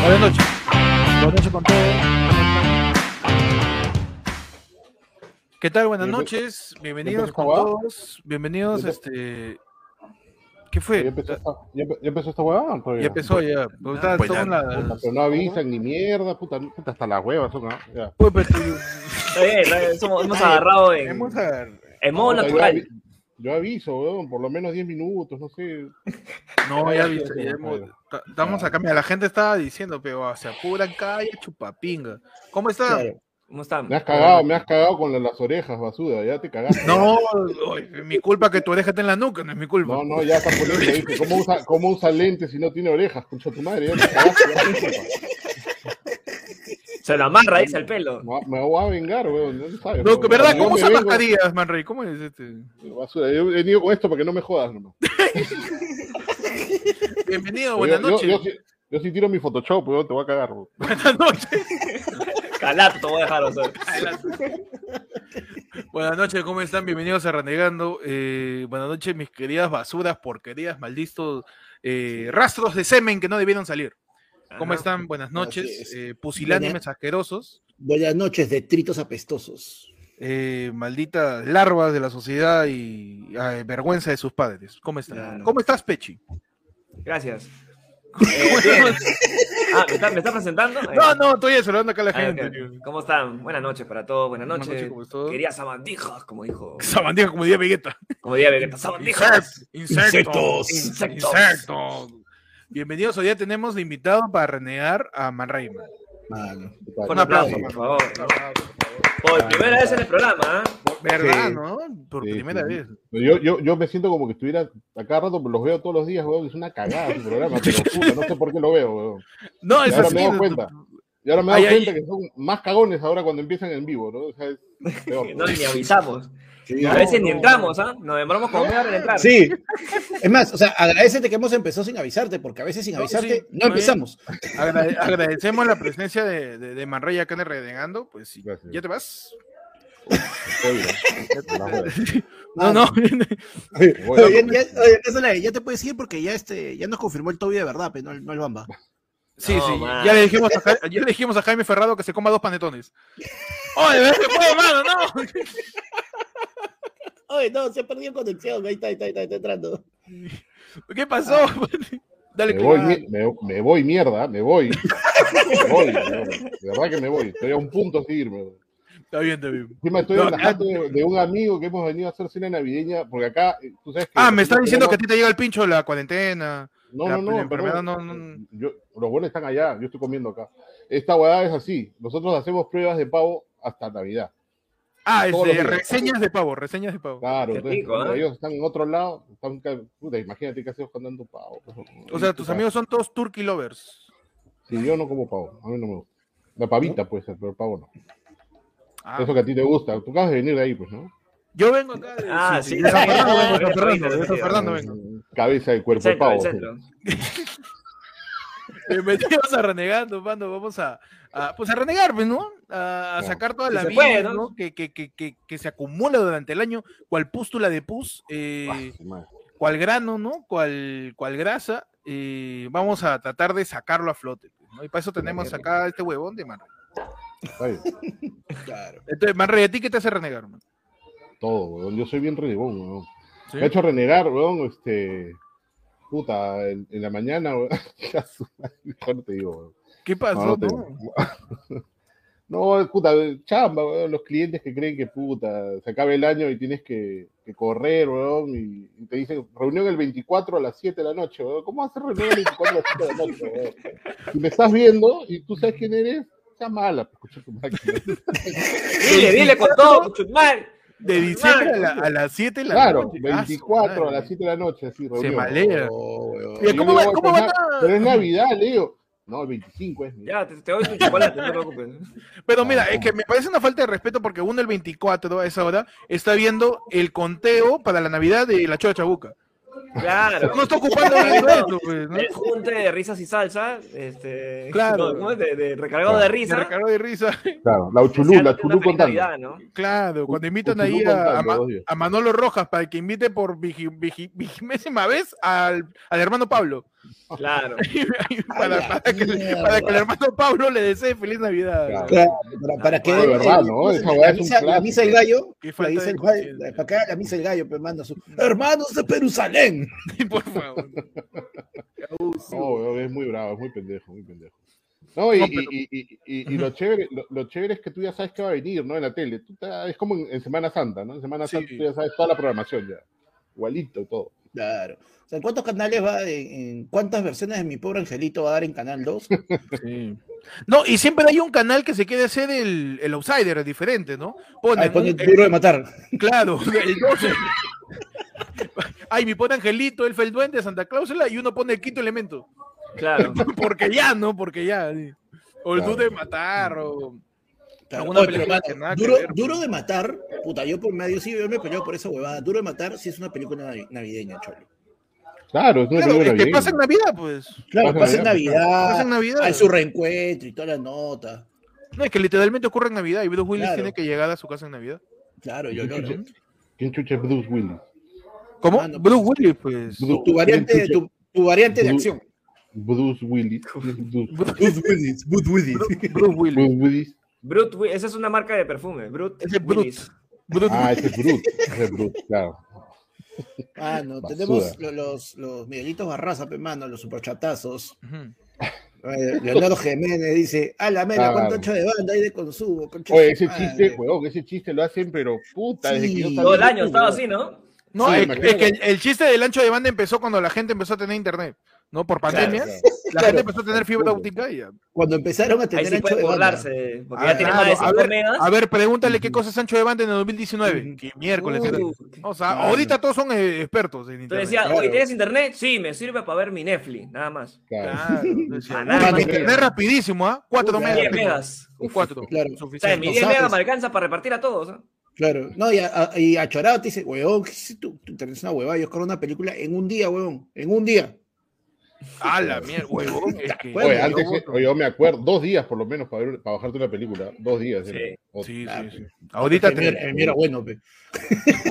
Buenas noches. Buenas noches con todos. ¿Qué tal? Buenas Eh, bu- noches. Bienvenidos empezó con Juan? todos. Bienvenidos, Ya empe- este. ¿Qué ¿Ya fue? empezó, esta, ya, empe- ya empezó esta huevada? o todavía? Ya empezó ya. O sea, pues son ya. Puta, las- pero no avisan ni mierda, puta, puta, hasta las huevas son, ¿ah? Ya. Uy, pero tú- Está bien, está bien, somos- hemos agarrado en, Vamos a- en modo Puta, yo, natural. avi- yo aviso, weón, por lo menos 10 minutos, no sé. No, Ay, ya ay, viste, ay, ya ay, hemos- ay. ta- Estamos acá. Mira, la gente estaba diciendo, pero ah, se apuran calla, chupapinga. ¿Cómo está? Claro. ¿Cómo están? Me has cagado, me has cagado con la- las orejas, basuda, ya te cagaste. No, uy, mi culpa que tu oreja esté en la nuca, no es mi culpa. No, no, ya está poniendo, dice, ¿cómo usa, ¿cómo usa lentes si no tiene orejas? Concha tu madre, ya te cagaste. ya, puta. Se lo amarra, dice el pelo. Me va- Me voy a vengar, weón, no sabes. No, weón. ¿verdad? Yo ¿Cómo me usan vengo- mascarillas, Manrey? ¿Cómo es este? Basura, yo he venido con esto para que no me jodas, hermano. Bienvenido, Yo- buenas yo- noches. Yo, sí- yo sí tiro mi Photoshop, weón, te voy a cagar, weón. Buenas noches. Calato, te voy a dejar, o sea. Buenas noches, ¿cómo están? Bienvenidos a Renegando. Eh, buenas noches, mis queridas basuras, porquerías, malditos eh, rastros de semen que no debieron salir. ¿Cómo Ajá. están? Buenas Así noches, es. eh, pusilánimes asquerosos. Buenas noches, detritos apestosos. eh, malditas larvas de la sociedad y ay, vergüenza de sus padres. ¿Cómo están? Claro. ¿Cómo estás, Pechi? Gracias. Eh, bien. Ah, ¿me está, me está presentando? Eh, No, no, estoy saludando acá a la ah, ok. gente. ¿Cómo están? Buenas noches para todos, buenas Buenas noches, noches. ¿cómo estás? Quería sabandijas, como dijo. Esa bandija como día Vegeta. Como diría Vegeta, sabandijas. Insectos. Insectos. Insectos. Bienvenidos, hoy ya tenemos de invitado para renegar a Man Rayman. Mano. Un aplauso, por favor. Por primera vez en el programa, ¿ah? ¿Verdad, Sí. no? Por Sí, primera sí. vez. Pero Yo, yo, yo me siento como que estuviera acá rato, pero los veo todos los días, weón. Es una cagada su programa, pero puta, no sé por qué lo veo, weón. Ah, No, es ahora así. me he dado tu- cuenta. Y ahora me doy Ay, ay. cuenta que son más cagones ahora cuando empiezan en vivo, ¿no? O sea, es peor. No, ni avisamos. Sí. A veces ni Oh, no. entramos, ¿ah? Nos demoramos como media hora en entrar. Sí. Es más, o sea, agradecete que hemos empezado sin avisarte, porque a veces sin No, avisarte sí, no, está empezamos. agrade- agradecemos la presencia de, de, de Man Ray acá en el Renegando. Pues sí. Gracias. ¿Ya te vas? Seguro. La joda. No, no. Bueno, Oye, ya, oye, esa es la de, ya te puedes ir porque ya este, ya nos confirmó el Toby de verdad, pero no, el- no el Bamba. Sí, No, sí. man. Ya le, dijimos a, Ja- ya le dijimos a Jaime Ferrado que se coma dos panetones. ¡Oye, ¿verdad que puede, mano! ¡No! Oye, no, se ha perdido conexión, ahí está, ahí está, ahí está, está entrando. Ah. ¿Qué pasó? Dale, me, voy, click. mi- me, me voy, mierda, me voy. Me voy, weón. De verdad que me voy. Estoy a un punto de irme, weón. Está bien, está bien. Encima estoy No, en la acá- casa de, de un amigo que hemos venido a hacer cena navideña, porque acá, eh, tú sabes que. Ah, me estás diciendo que a ti tenemos- te llega el pincho de la cuarentena. No, La- no, no, la enfermedad perdón. no- no- Yo- los buenos están allá, yo estoy comiendo acá. Esta huevada es así. Nosotros hacemos pruebas de pavo hasta Navidad. Ah, Todos este, los días. Ah, reseñas de pavo, reseñas de pavo. Claro, Qué entonces rico, cuando ¿eh? ellos están en otro lado, están ca- puta, imagínate qué hacemos con tanto pavo. pues, O sea, tus amigos son todos turkey lovers. Si yo no como pavo, a mí no me gusta. La pavita puede ser, pero el pavo no. Ah, Eso que a ti te gusta. Tú acabas de venir de ahí, pues, ¿no? yo vengo acá de, Ah, sí, de San sí, Fernando, sí, vengo, de San sí, Fernando, sí, de San sí, Fernando vengo. Cabeza de El cuerpo de centro, pavo. el centro. Bienvenidos a Renegando, mando, vamos a, a- pues a renegar, pues, ¿no? A, a Claro. sacar toda Si la se vida puede, ¿no? ¿no? que, que, que, que, que se acumula durante el año, cual pústula de pus, eh, Ah, su madre. cual grano, ¿no? Cual, cual grasa, eh, vamos a tratar de sacarlo a flote. pues, ¿no? Y para eso tenemos acá a este huevón de Manrey. Está bien. Claro. Entonces, Manrey, ¿a ti qué te hace renegar, man? Todo, weón. Yo soy bien renegón, weón. ¿Sí? Me ha hecho renegar, weón, este. Puta, en, en la mañana, weón. Ya su madre, mejor no te digo, weón. ¿Qué No, pasó? no te no? digo. No, puta, chamba, weón, los clientes que creen que puta, se acaba el año y tienes que, que correr, weón, y, y te dicen reunión el 24 a las 7 de la noche, weón. ¿Cómo hacer reunión el 24 a las 7 de la noche, weón? Si me estás viendo y tú sabes quién eres, llámala, escucha tu máquina. Dile, dile con todo, chutmal. De diciembre a, la- a las 7 de la Claro, noche. Ah, su 24 a madre. las 7 de la noche, así, reunión. malea. Oh, weón. Mira, Y ¿cómo yo va- digo, cómo pues, va na- a- Pero es Navidad, Leo. No, el 25 es. mi- Ya, te, te doy tu chocolate, no te preocupes. Pero mira, Ah, es que me parece una falta de respeto porque uno el 24 a esa hora está viendo el conteo para la Navidad de la Chola Chabuca. Claro. No está ocupando nada de eso, pues, ¿no? El junte de risas y salsa, este, Claro. no, ¿cómo es? de, de recargado de Se risa. recargó de risa. Claro, la que Uchulú, sea la una Uchulú feliz contando. Navidad, ¿no? Claro, cuando invitan Uchulú ahí contando, a, a Ma- obvio. a Manolo Rojas para que invite por vigi- vigi- vigimésima vez al, al hermano Pablo. Claro. para, para que, mierda. para que el hermano Pablo le desee feliz Navidad. Claro. Claro, para, para que Ah, de verdad, el- ¿no? Esa weá la, es un misa, la misa del clásico. gallo, Qué la falta misa de del gallo, conciencia. para acá la misa del gallo, pero manda su hermanos de Jerusalén. Por favor. No, weón, es muy bravo, es muy pendejo, muy pendejo. No, y, No, pero- y- y- y- y- y lo, chévere, lo, lo chévere es que tú ya sabes que va a venir, ¿no? En la tele. Tú ta- es como en, en Semana Santa, ¿no? En Semana Sí. Santa tú ya sabes toda la programación ya. Igualito y todo. Claro. O sea, ¿cuántos canales va en, en cuántas versiones de mi pobre angelito va a dar en Canal 2? Sí. No, y siempre hay un canal que se quiere hacer el, el outsider, diferente, ¿no? Ponen Ahí pone un- duro de matar. eh, claro, el 12. Ay, mi pone Angelito, el el duende, Santa Clausela, y uno pone el quinto elemento. Claro. Porque ya, ¿no? Porque ya. sí. O el Claro. dude de matar, o... Claro. Alguna Oye, pero, película mano, que nada que duro, ver, duro de matar, puta, yo por medio sí yo me he peleado por esa huevada. Duro de matar sí es una película navi- navideña, cholo. Claro, es muy Claro, es que pasa en Navidad, pues. Claro, Pasa pasa en Navidad, Navidad, Pasa en Navidad. hay su reencuentro y toda la nota. No, es que literalmente ocurre en Navidad y Bruce Willis Claro. tiene que llegar a su casa en Navidad. Claro, yo lo ¿Quién chucha es Bruce Willis? ¿Cómo? Ah, no, Bruce Willis, pues. Bruce- Tu variante, ¿quién chucha- tu, tu variante de Du- acción. Bruce Willis. ¿quién es Bruce, Bruce Willis, Bruce Willis. Bruce Willis. Bruce Willis. Brut, Wi- esa es una marca de perfume. Brut. Ese Brut. Willis. Bruce Ah, ese es Bruce. Ese es Bruce, claro. Ah, no, Basura. tenemos lo- los, los Miguelitos Barraza, pe mano, los superchatazos. Ujú. Eh, Leonardo Jiménez dice, a la mera, Claro. cuánto ancho de banda hay de consumo. concha Ah, Oye, de ese madre". chiste, weón, ese chiste lo hacen, pero puta, desde que yo Sí. estaba Todo el en año YouTube, estaba weón. así, ¿no? No, Sí, es, me es acuerdo. que el, el chiste del ancho de banda empezó cuando la gente empezó a tener internet, ¿no? Por Claro, pandemia, claro. la Claro. gente empezó a tener fibra óptica y ya. Cuando empezaron a Ahí tener sí ancho puede de banda. burlarse. Porque Ah, ya tiene más de claro, a 5 ver, megas. A ver, pregúntale qué cosa es ancho de banda en el 2019. Ujú. Qué miércoles. era. Uh, O sea, Claro. ahorita todos son eh, expertos en Entonces internet. decía, Claro. oye, ¿tienes internet? Sí, me sirve para ver mi Netflix, nada más. Claro. Claro, decía, Ah, nada, "Uy, no mi internet creo. rapidísimo, ¿ah? Cuatro Uy, megas. 10 Claro. megas. tengo. Cuatro. Claro. O sea, mi Suficiente. 10 sabes. megas me alcanza para repartir a todos. ¿no? Claro, no, y, a, a- y a Chorado te dice, weón, ¿qué es tu, tu internet es una huevada, yo escribo una película en un día, weón, en un día. A la mierda, huevón. es que- Bueno, Oye, antes, yo- eh, oye, yo me acuerdo, dos días por lo menos para, ver- para bajarte una película. Dos días. Sí. era. O- Sí, Ah, sí, sí. Ahorita el, mío, te- el mío era bueno, pe.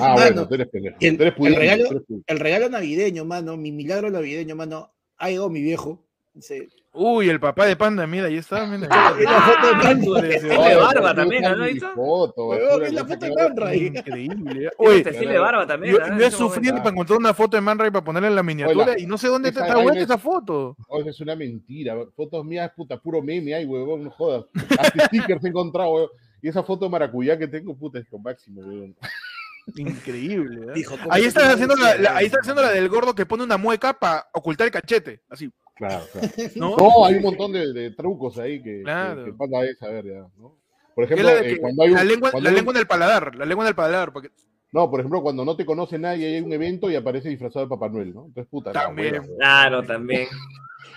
Ah, Mano, bueno, tú eres pendejo. el- tú eres el pudiente, regalo- tú eres pudiente. El regalo navideño, mano, mi milagro navideño, mano, ha llegado mi viejo. Dice, Uy, el papá de Panda, mira, ahí está. Mira. "Mira Ah. la foto de Panda". Tiene Oye, barba pero tú también, usas ¿no? mi ¿Viste? foto, Huevón, basura, es la que foto saca- de Manra. ahey. Increíble. Tiene Oye, perfil de claro. barba también. Yo, ¿no? yo En he ese momento. sufrido para encontrar una foto de Man Ray para ponerle en la miniatura Oye, la- y no sé dónde esa está vaina buena es- esa foto. Oye, es una mentira. Fotos mías, puta, puro meme. Ay, huevón, no jodas. Hasta stickers he encontrado, huevón. Y esa foto de maracuyá que tengo, puta, es con máximo, huevón. Increíble. ¿eh? Dijo, "¿Cómo Ahí que estás no haciendo la, decía, la- ahí weón?". estás haciendo la del gordo que pone una mueca para ocultar el cachete. Así. Claro, claro. ¿No? No, hay un montón de, de trucos ahí que, Claro. que, que pasa a saber ya, ¿no? Por Es ejemplo, la, de eh, que- cuando hay un, la lengua, cuando la hay un- lengua en el paladar, la lengua en el paladar, porque No, por ejemplo, cuando no te conoce nadie y hay un evento y aparece disfrazado de Papá Noel, ¿no? Entonces, puta, la También. hueva, hueva. Claro, también.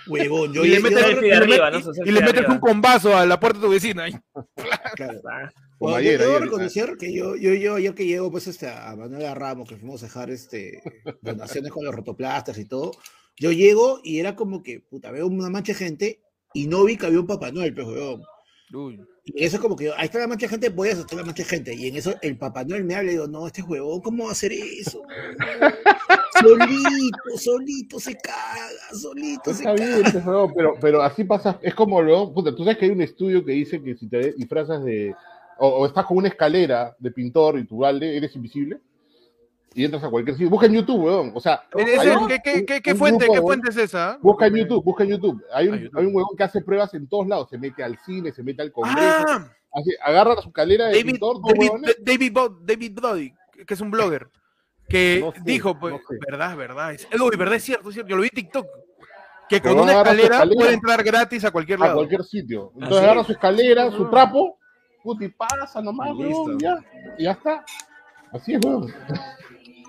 Huevón, yo y le yo- metes, yo- el pie y le arriba, metes- ¿no? Se hace y le el pie metes un arriba. combazo a la puerta de tu vecina. ahí. claro. Ah, Como Bueno, ayer, yo debo ayer, ah, reconocer que yo, yo, yo ayer que llego pues este, a Manuela Ramos, que fuimos a dejar este, donaciones con los rotoplastas y todo, yo llego y era como que, puta, veo una mancha de gente y no vi que había un Papá Noel, pues, weón. Uy. Y eso es como que yo, ahí está la mancha de gente, voy a asustar la mancha de gente. Y en eso el Papá Noel me habla y digo, no, este huevón, ¿cómo va a hacer eso? solito, solito se caga, solito se Está caga. bien, pues, huevón, pero, pero así pasa, es como lo, puta, tú sabes que hay un estudio que dice que si te disfrazas de, o, o estás con una escalera de pintor y tu balde, eres invisible y entras a cualquier sitio. Busca en YouTube, weón, o sea, Es- es- hay un- ¿Qué, qué- qué- qué un fuente, grupo, qué weón. fuente es esa? Busca en YouTube, busca en YouTube. Hay un, Ah, YouTube. hay un huevón que hace pruebas en todos lados. Se mete al cine, se mete al congreso. Ah, hace- agarra su calera de David, pintor, dos David, huevones. David, Bo- David Brody, que es un blogger, que No sé, dijo, pues, no sé. verdad, verdad, es, eh, uy, verdad, es cierto, es cierto, yo lo vi en TikTok, que Pero con una agarra su escalera escalera. puede entrar gratis a cualquier a lado. cualquier sitio. Entonces Así agarra es. su escalera, su trapo, puta, y pasa nomás, Y huevón, listo. ya, y ya está. Así es, huevón.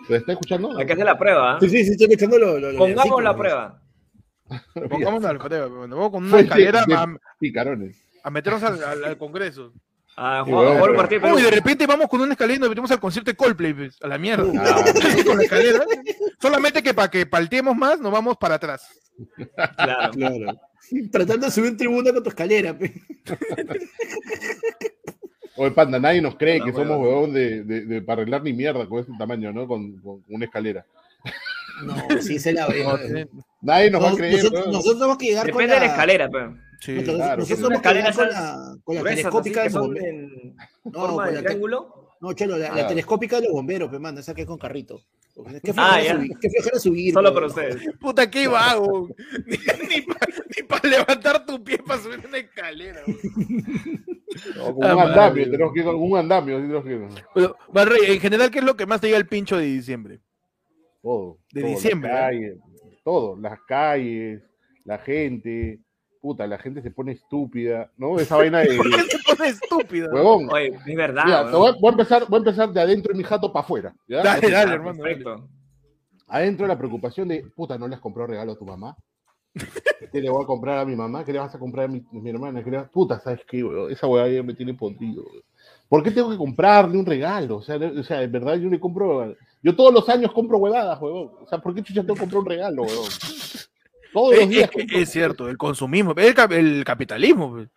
¿Se está escuchando? Hay que hacer la prueba. ¿eh? Sí, sí, sí, estoy escuchando lo, lo- lo- Pongamos la sí, prueba. Pongámonos al- bueno, vamos con una Fuente escalera de- a, Picarones. a meternos al, al- al Congreso. Ah, Sí, Juan, weón, Juan pero- Martín, Perú. Uy, de repente vamos con una escalera y nos metemos al concierto de Coldplay, pues, a la mierda. Ah, con la escalera. Solamente que para que palteemos más, nos vamos para atrás. Claro. Claro. Tratando de subir tribuna con tu escalera. pe. Oye, panda, nadie nos cree No, que weón. somos huevón de, de, de- para arreglar ni mierda con ese tamaño, ¿no? Con, con una escalera. No, sí se la ve. No, sí, Nadie nos va a Nos- creer, nosotros, weón. nosotros tenemos que llegar Depende con la, de la escalera, pero. sí. Nosotros, claro, nosotros que son tenemos que llegar escaleras con la, con la gruesas, así telescópica que de los son bomberos. en No, forma con de la, te- triángulo. no, Chelo, la, la Claro. telescópica de los bomberos, pe, mano, esa que es con carrito. Qué flojera ya. subir. Qué flojera subir Solo pe, para no. ustedes. Puta, qué vago. Ni, para levantar tu pie para subir una escalera. güey. No, con Ah, un madre, andamio, weón. tenemos que ir con un andamio, sí, tenemos que ir. Bueno, Barrey, en general, ¿qué es lo que más te llega el pincho de diciembre? Todo. De todo, diciembre, ¿eh? Las calles, todo, las calles, la gente. Puta, la gente se pone estúpida, ¿no? Esa vaina de. ¿Por qué se pone estúpida? Huevón. Oye, es verdad. Mira, weón. te voy, a- voy a empezar, voy a empezar de adentro de mi jato para afuera. ¿ya? Dale, Ah, dale, hermano. dale. Perfecto. Adentro la preocupación de, puta, ¿no le has comprado regalo a tu mamá? ¿Qué le voy a comprar a mi mamá? ¿Qué le vas a comprar a mi, a mi hermana? ¿Qué le vas- Puta, ¿sabes qué, weón? Esa weá ya me tiene podrido. weón. ¿Por qué tengo que comprarle un regalo? O sea, no- o sea, de verdad yo le compro... Yo todos los años compro huevadas, weón. O sea, ¿por qué chucha tengo que comprar un regalo, weón? Todos los Es, días... Eh, es que compro- eh, es cierto, el consumismo, el, cap- el capitalismo. pues.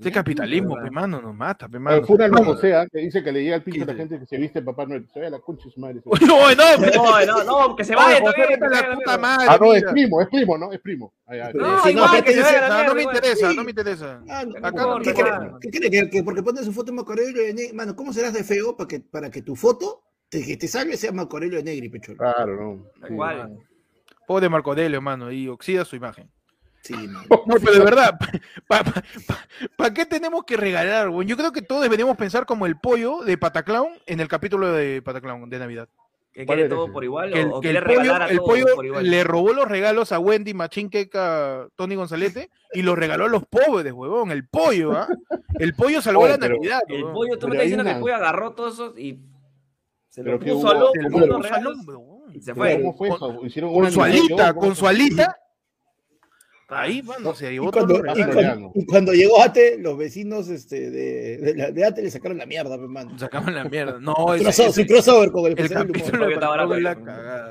Ese capitalismo, verdad. pe, mano, nos mata, pe, Oye, mano. Fue una Mano, loco, o sea, que dice que le llega al pinche a la ¿Qué? gente que se viste de Papá Noel. Se ve la concha de su madre. ese weón. No, no, pe- No, no, no, que se Oye, vaya. José, todavía, vete a que la se vaya puta mierda. madre. Ah, no, es mira. primo, es primo, ¿no? Es primo. Ay, ay, No, Sí, igual, no, que se vaya a la no, no me mierda, interesa, sí. no me interesa. Ah, no, Acá ¿cómo? no ¿Qué, corre, crees? mano. ¿Qué crees? Que, que porque pones su foto de Macorelio de Negri. Mano, ¿cómo serás de feo para que, para que tu foto te, que te salve sea Macorelio de Negri, pecholo? Claro, no. Tal Sí, cual. mano. Pobre Marco Aurelio, mano, y oxida su imagen. Sí, mano. No, pero de verdad, ¿para qué tenemos que regalar? güey? Yo creo que todos deberíamos pensar como el pollo de Pataclown en el capítulo de Pataclown de Navidad. ¿Que ¿Cuál quiere era todo ese? por igual Que el, o- o que que le el pollo, regalara el todo pollo por igual? le robó los regalos a Wendy, Machín, Queca, Tony Gonzalete y los regaló a los pobres, huevón. El pollo, ¿ah? El pollo salvó Oye, la pero Navidad. El huevón. pollo, tú Pero me hay estás diciendo que una- el pollo agarró todos esos y se Pero lo que puso hubo- al hombro, Se lo puso los puso al regalos hombro, huevón. y Pero se fue. ¿Cómo fue Con- eso? Hicieron una Con su animación, alita, ¿cómo? con su alita. Pa. Ahí, mano, se Y llevó todos cuando, los y regalos. cuando- Adriano. y cuando llegó Ate, los vecinos este, de, de, la- de Ate le sacaron la mierda, pe, mano. Sacaban la mierda. No, ese- Crossover, ese- su crossover con el, el José del Humor. capítulo de Porque ahora Pataclown es la voy. cagada.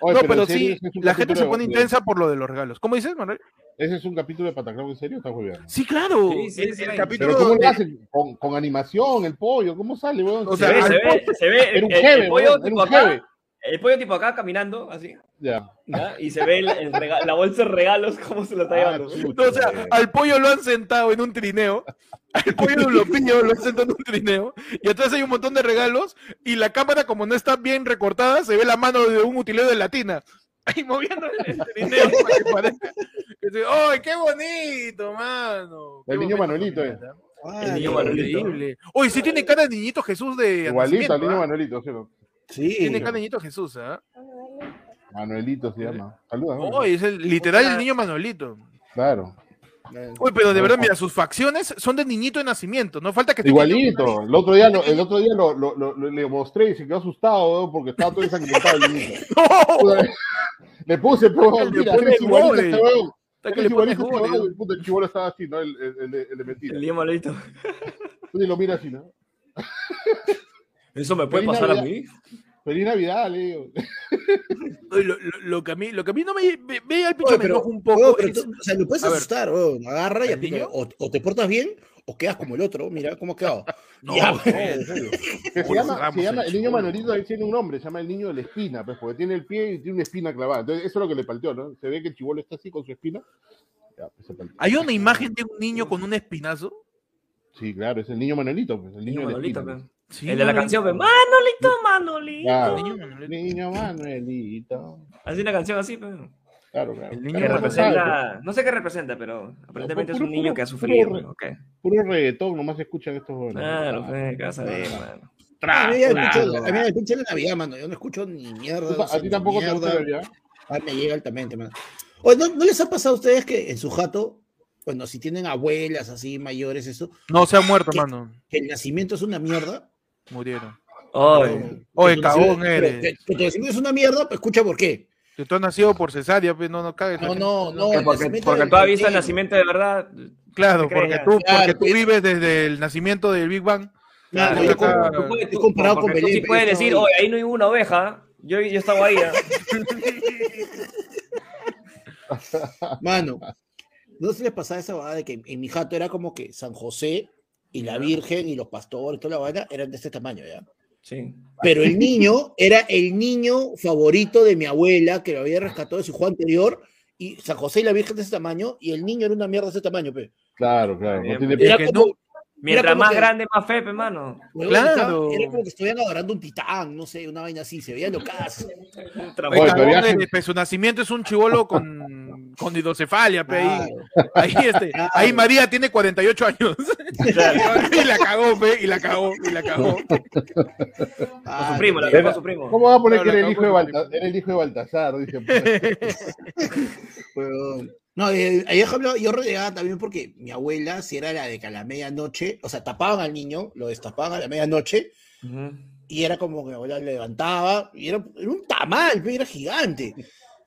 Oye, no, pero, ¿en serio sí, ese es un la gente se capítulo pone de- intensa por lo de los regalos. ¿Cómo dices, Manuel? ¿Ese es un capítulo de Pataclón en serio? ¿Estás hueveando? Sí, claro. Sí, sí, el, sí, el hay. capítulo. ¿Pero cómo de- le hacen? ¿Con, con animación, el pollo? ¿Cómo sale, weón? eh. O Se sea, ve, al se ve, se ve el- Era un el- jeve, el pollo weón, era tipo un jeve. acá. El pollo tipo acá caminando, así, Ya. ¿ya? y se ve el- el rega- la bolsa de regalos, cómo se lo está Ah, llevando. chucha, No, o sea, weón. al pollo lo han sentado en un trineo. Al pollo de los piños lo han sentado en un trineo. Y atrás hay un montón de regalos. Y la cámara, como no está bien recortada, se ve la mano de un utilero de latina. Ahí moviendo el- el trineo para que parezca. Y dice, ¡Ay, qué bonito, mano! El Qué bonito, niño Manolito, eh. mano. Ah, El niño no. Manolito. Increíble. Oye, sí tiene cara de niñito Jesús de. Igualito al nacimiento, niño ¿ah? Manuelito, ¿sí? o no? Sí. Tiene cara de niñito Jesús, ¿ah? Manuelito se llama. Saluda, weón. Oye, es el, literal el Otra- niño Manolito. Claro. Uy, pero de verdad, mira, sus facciones son de niñito de nacimiento. No falta que tenga- Igualito. El otro día, lo, el otro día lo, lo, lo- lo- le mostré y se quedó asustado, weón, porque estaba todo ensangrentado el niñito. ¡No! Puta, Le puse, pero weón, Le mira, pone eres igualito a goles. este weón. Hasta que Eres le pone igualito a este goles. weón. El puto el chivolo estaba así, ¿no? El, el, el, el de mentira. El niño malito. Y lo mira así, ¿no? ¿Eso me puede Feliz pasar a Navidad. mí? Feliz Navidad, le digo. Oye, Lo, lo- lo que a mí, lo que a mí no me. Ve, ve al Oye, pincho me pero- enoja un poco. Huevón, pero es- tú- o sea, lo puedes A ver. asustar, huevón. Agarra y ¿Al aplica. niño? O, o te portas bien o quedas como el otro. Mira cómo ha quedado. No, Ya, no, weón. en serio. Que se Uy, llama, Ramos, se llama- el el niño chibolo. Manolito ahí tiene un nombre, se llama el niño de la espina, pues, porque tiene el pie y tiene una espina clavada. Entonces, eso es lo que le palteó, ¿no? Se ve que el chivolo está así con su espina. Ya, pues, se palteó. Hay una imagen de un niño con un espinazo. Sí, claro, es el niño Manolito, pues, el El niño, niño de la malito, espina, pe. Sí, el de la Manolito. canción, pe, Manolito, Manolito. Claro. Niño pues. Manolito. Niño Manolito. Así una canción así, pe, Claro, claro. El niño que Claro, Manolito. sabe, representa, no sé qué representa, pero aparentemente es un puro- niño que ha puro- sufrido. puro- pe, ok. pues. Puro reggaetón, nomás escuchan estos jóvenes. Claro, Ah, pues. fe, casa de mano. A mí me llega el pinche- claro. a mí me llega el pinche de Navidad, mano. Yo no escucho ni mierda. Tú ta- no sé, a ti ni tampoco te mierda. gusta la Navidad. Ah, me llega altamente, mano. Oye, ¿no, no les ha pasado a ustedes que en su jato, bueno, si tienen abuelas así mayores, eso, No, se ha muerto, ¿Qué? mano. que el nacimiento es una mierda? Murieron. Ay, Huevón, Oye, que tu cagón nacimiento- eres. que- que tu nacimiento es una mierda, pues escucha por qué. Si tú has nacido por cesárea, pues no, no cagues. No, no, no. Que el Porque, nacimiento porque del tú avisas el Martín. nacimiento de verdad. Claro, Te crees, porque ya. tú, Claro, porque tú es- vives desde el nacimiento del Big Bang. Claro, Claro, yo como- claro. Tú puedes, Es comparado porque con tú sí Belén, puedes pero decir, no- oye, ahí no hay una oveja. Yo, yo estaba ahí. ¿ah? Mano, ¿no se les pasaba esa vaina de que en mi jato era como que San José y la Virgen y los pastores, toda la vaina, eran de este tamaño, ¿ya? Sí. Pero el niño era el niño favorito de mi abuela que lo había rescatado de su juego anterior. Y San José y la Virgen de ese tamaño, y el niño era una mierda de ese tamaño, pe. Claro, claro. No Bien, tiene bien. pues. que Era como, Mientras como más que- grande, más fe, hermano. huevón, Claro. estaba- era como que estuvieran adorando un titán, no sé, una vaina así, se veía locas. Oye, Oye, cagón, pero ya- eh, pues, su nacimiento es un chivolo con, con hidrocefalia, pe, ahí- Claro. ahí, este, Claro. ahí María tiene 48 años. y la cagó, pe, y la cagó, y la cagó. Con Ah, su primo, la Era- con su primo. ¿Cómo va a poner Claro, que era el, la hijo de cagó con Balta- el- era el hijo de Baltasar? Dice, pues, Huevón. No, eh, ahí ejemplo, yo renegaba también porque mi abuela, si era la de que a la medianoche, o sea, tapaban al niño, lo destapaban a la medianoche, Ujú. y era como que mi abuela le levantaba, y era, era un tamal, pe, era gigante.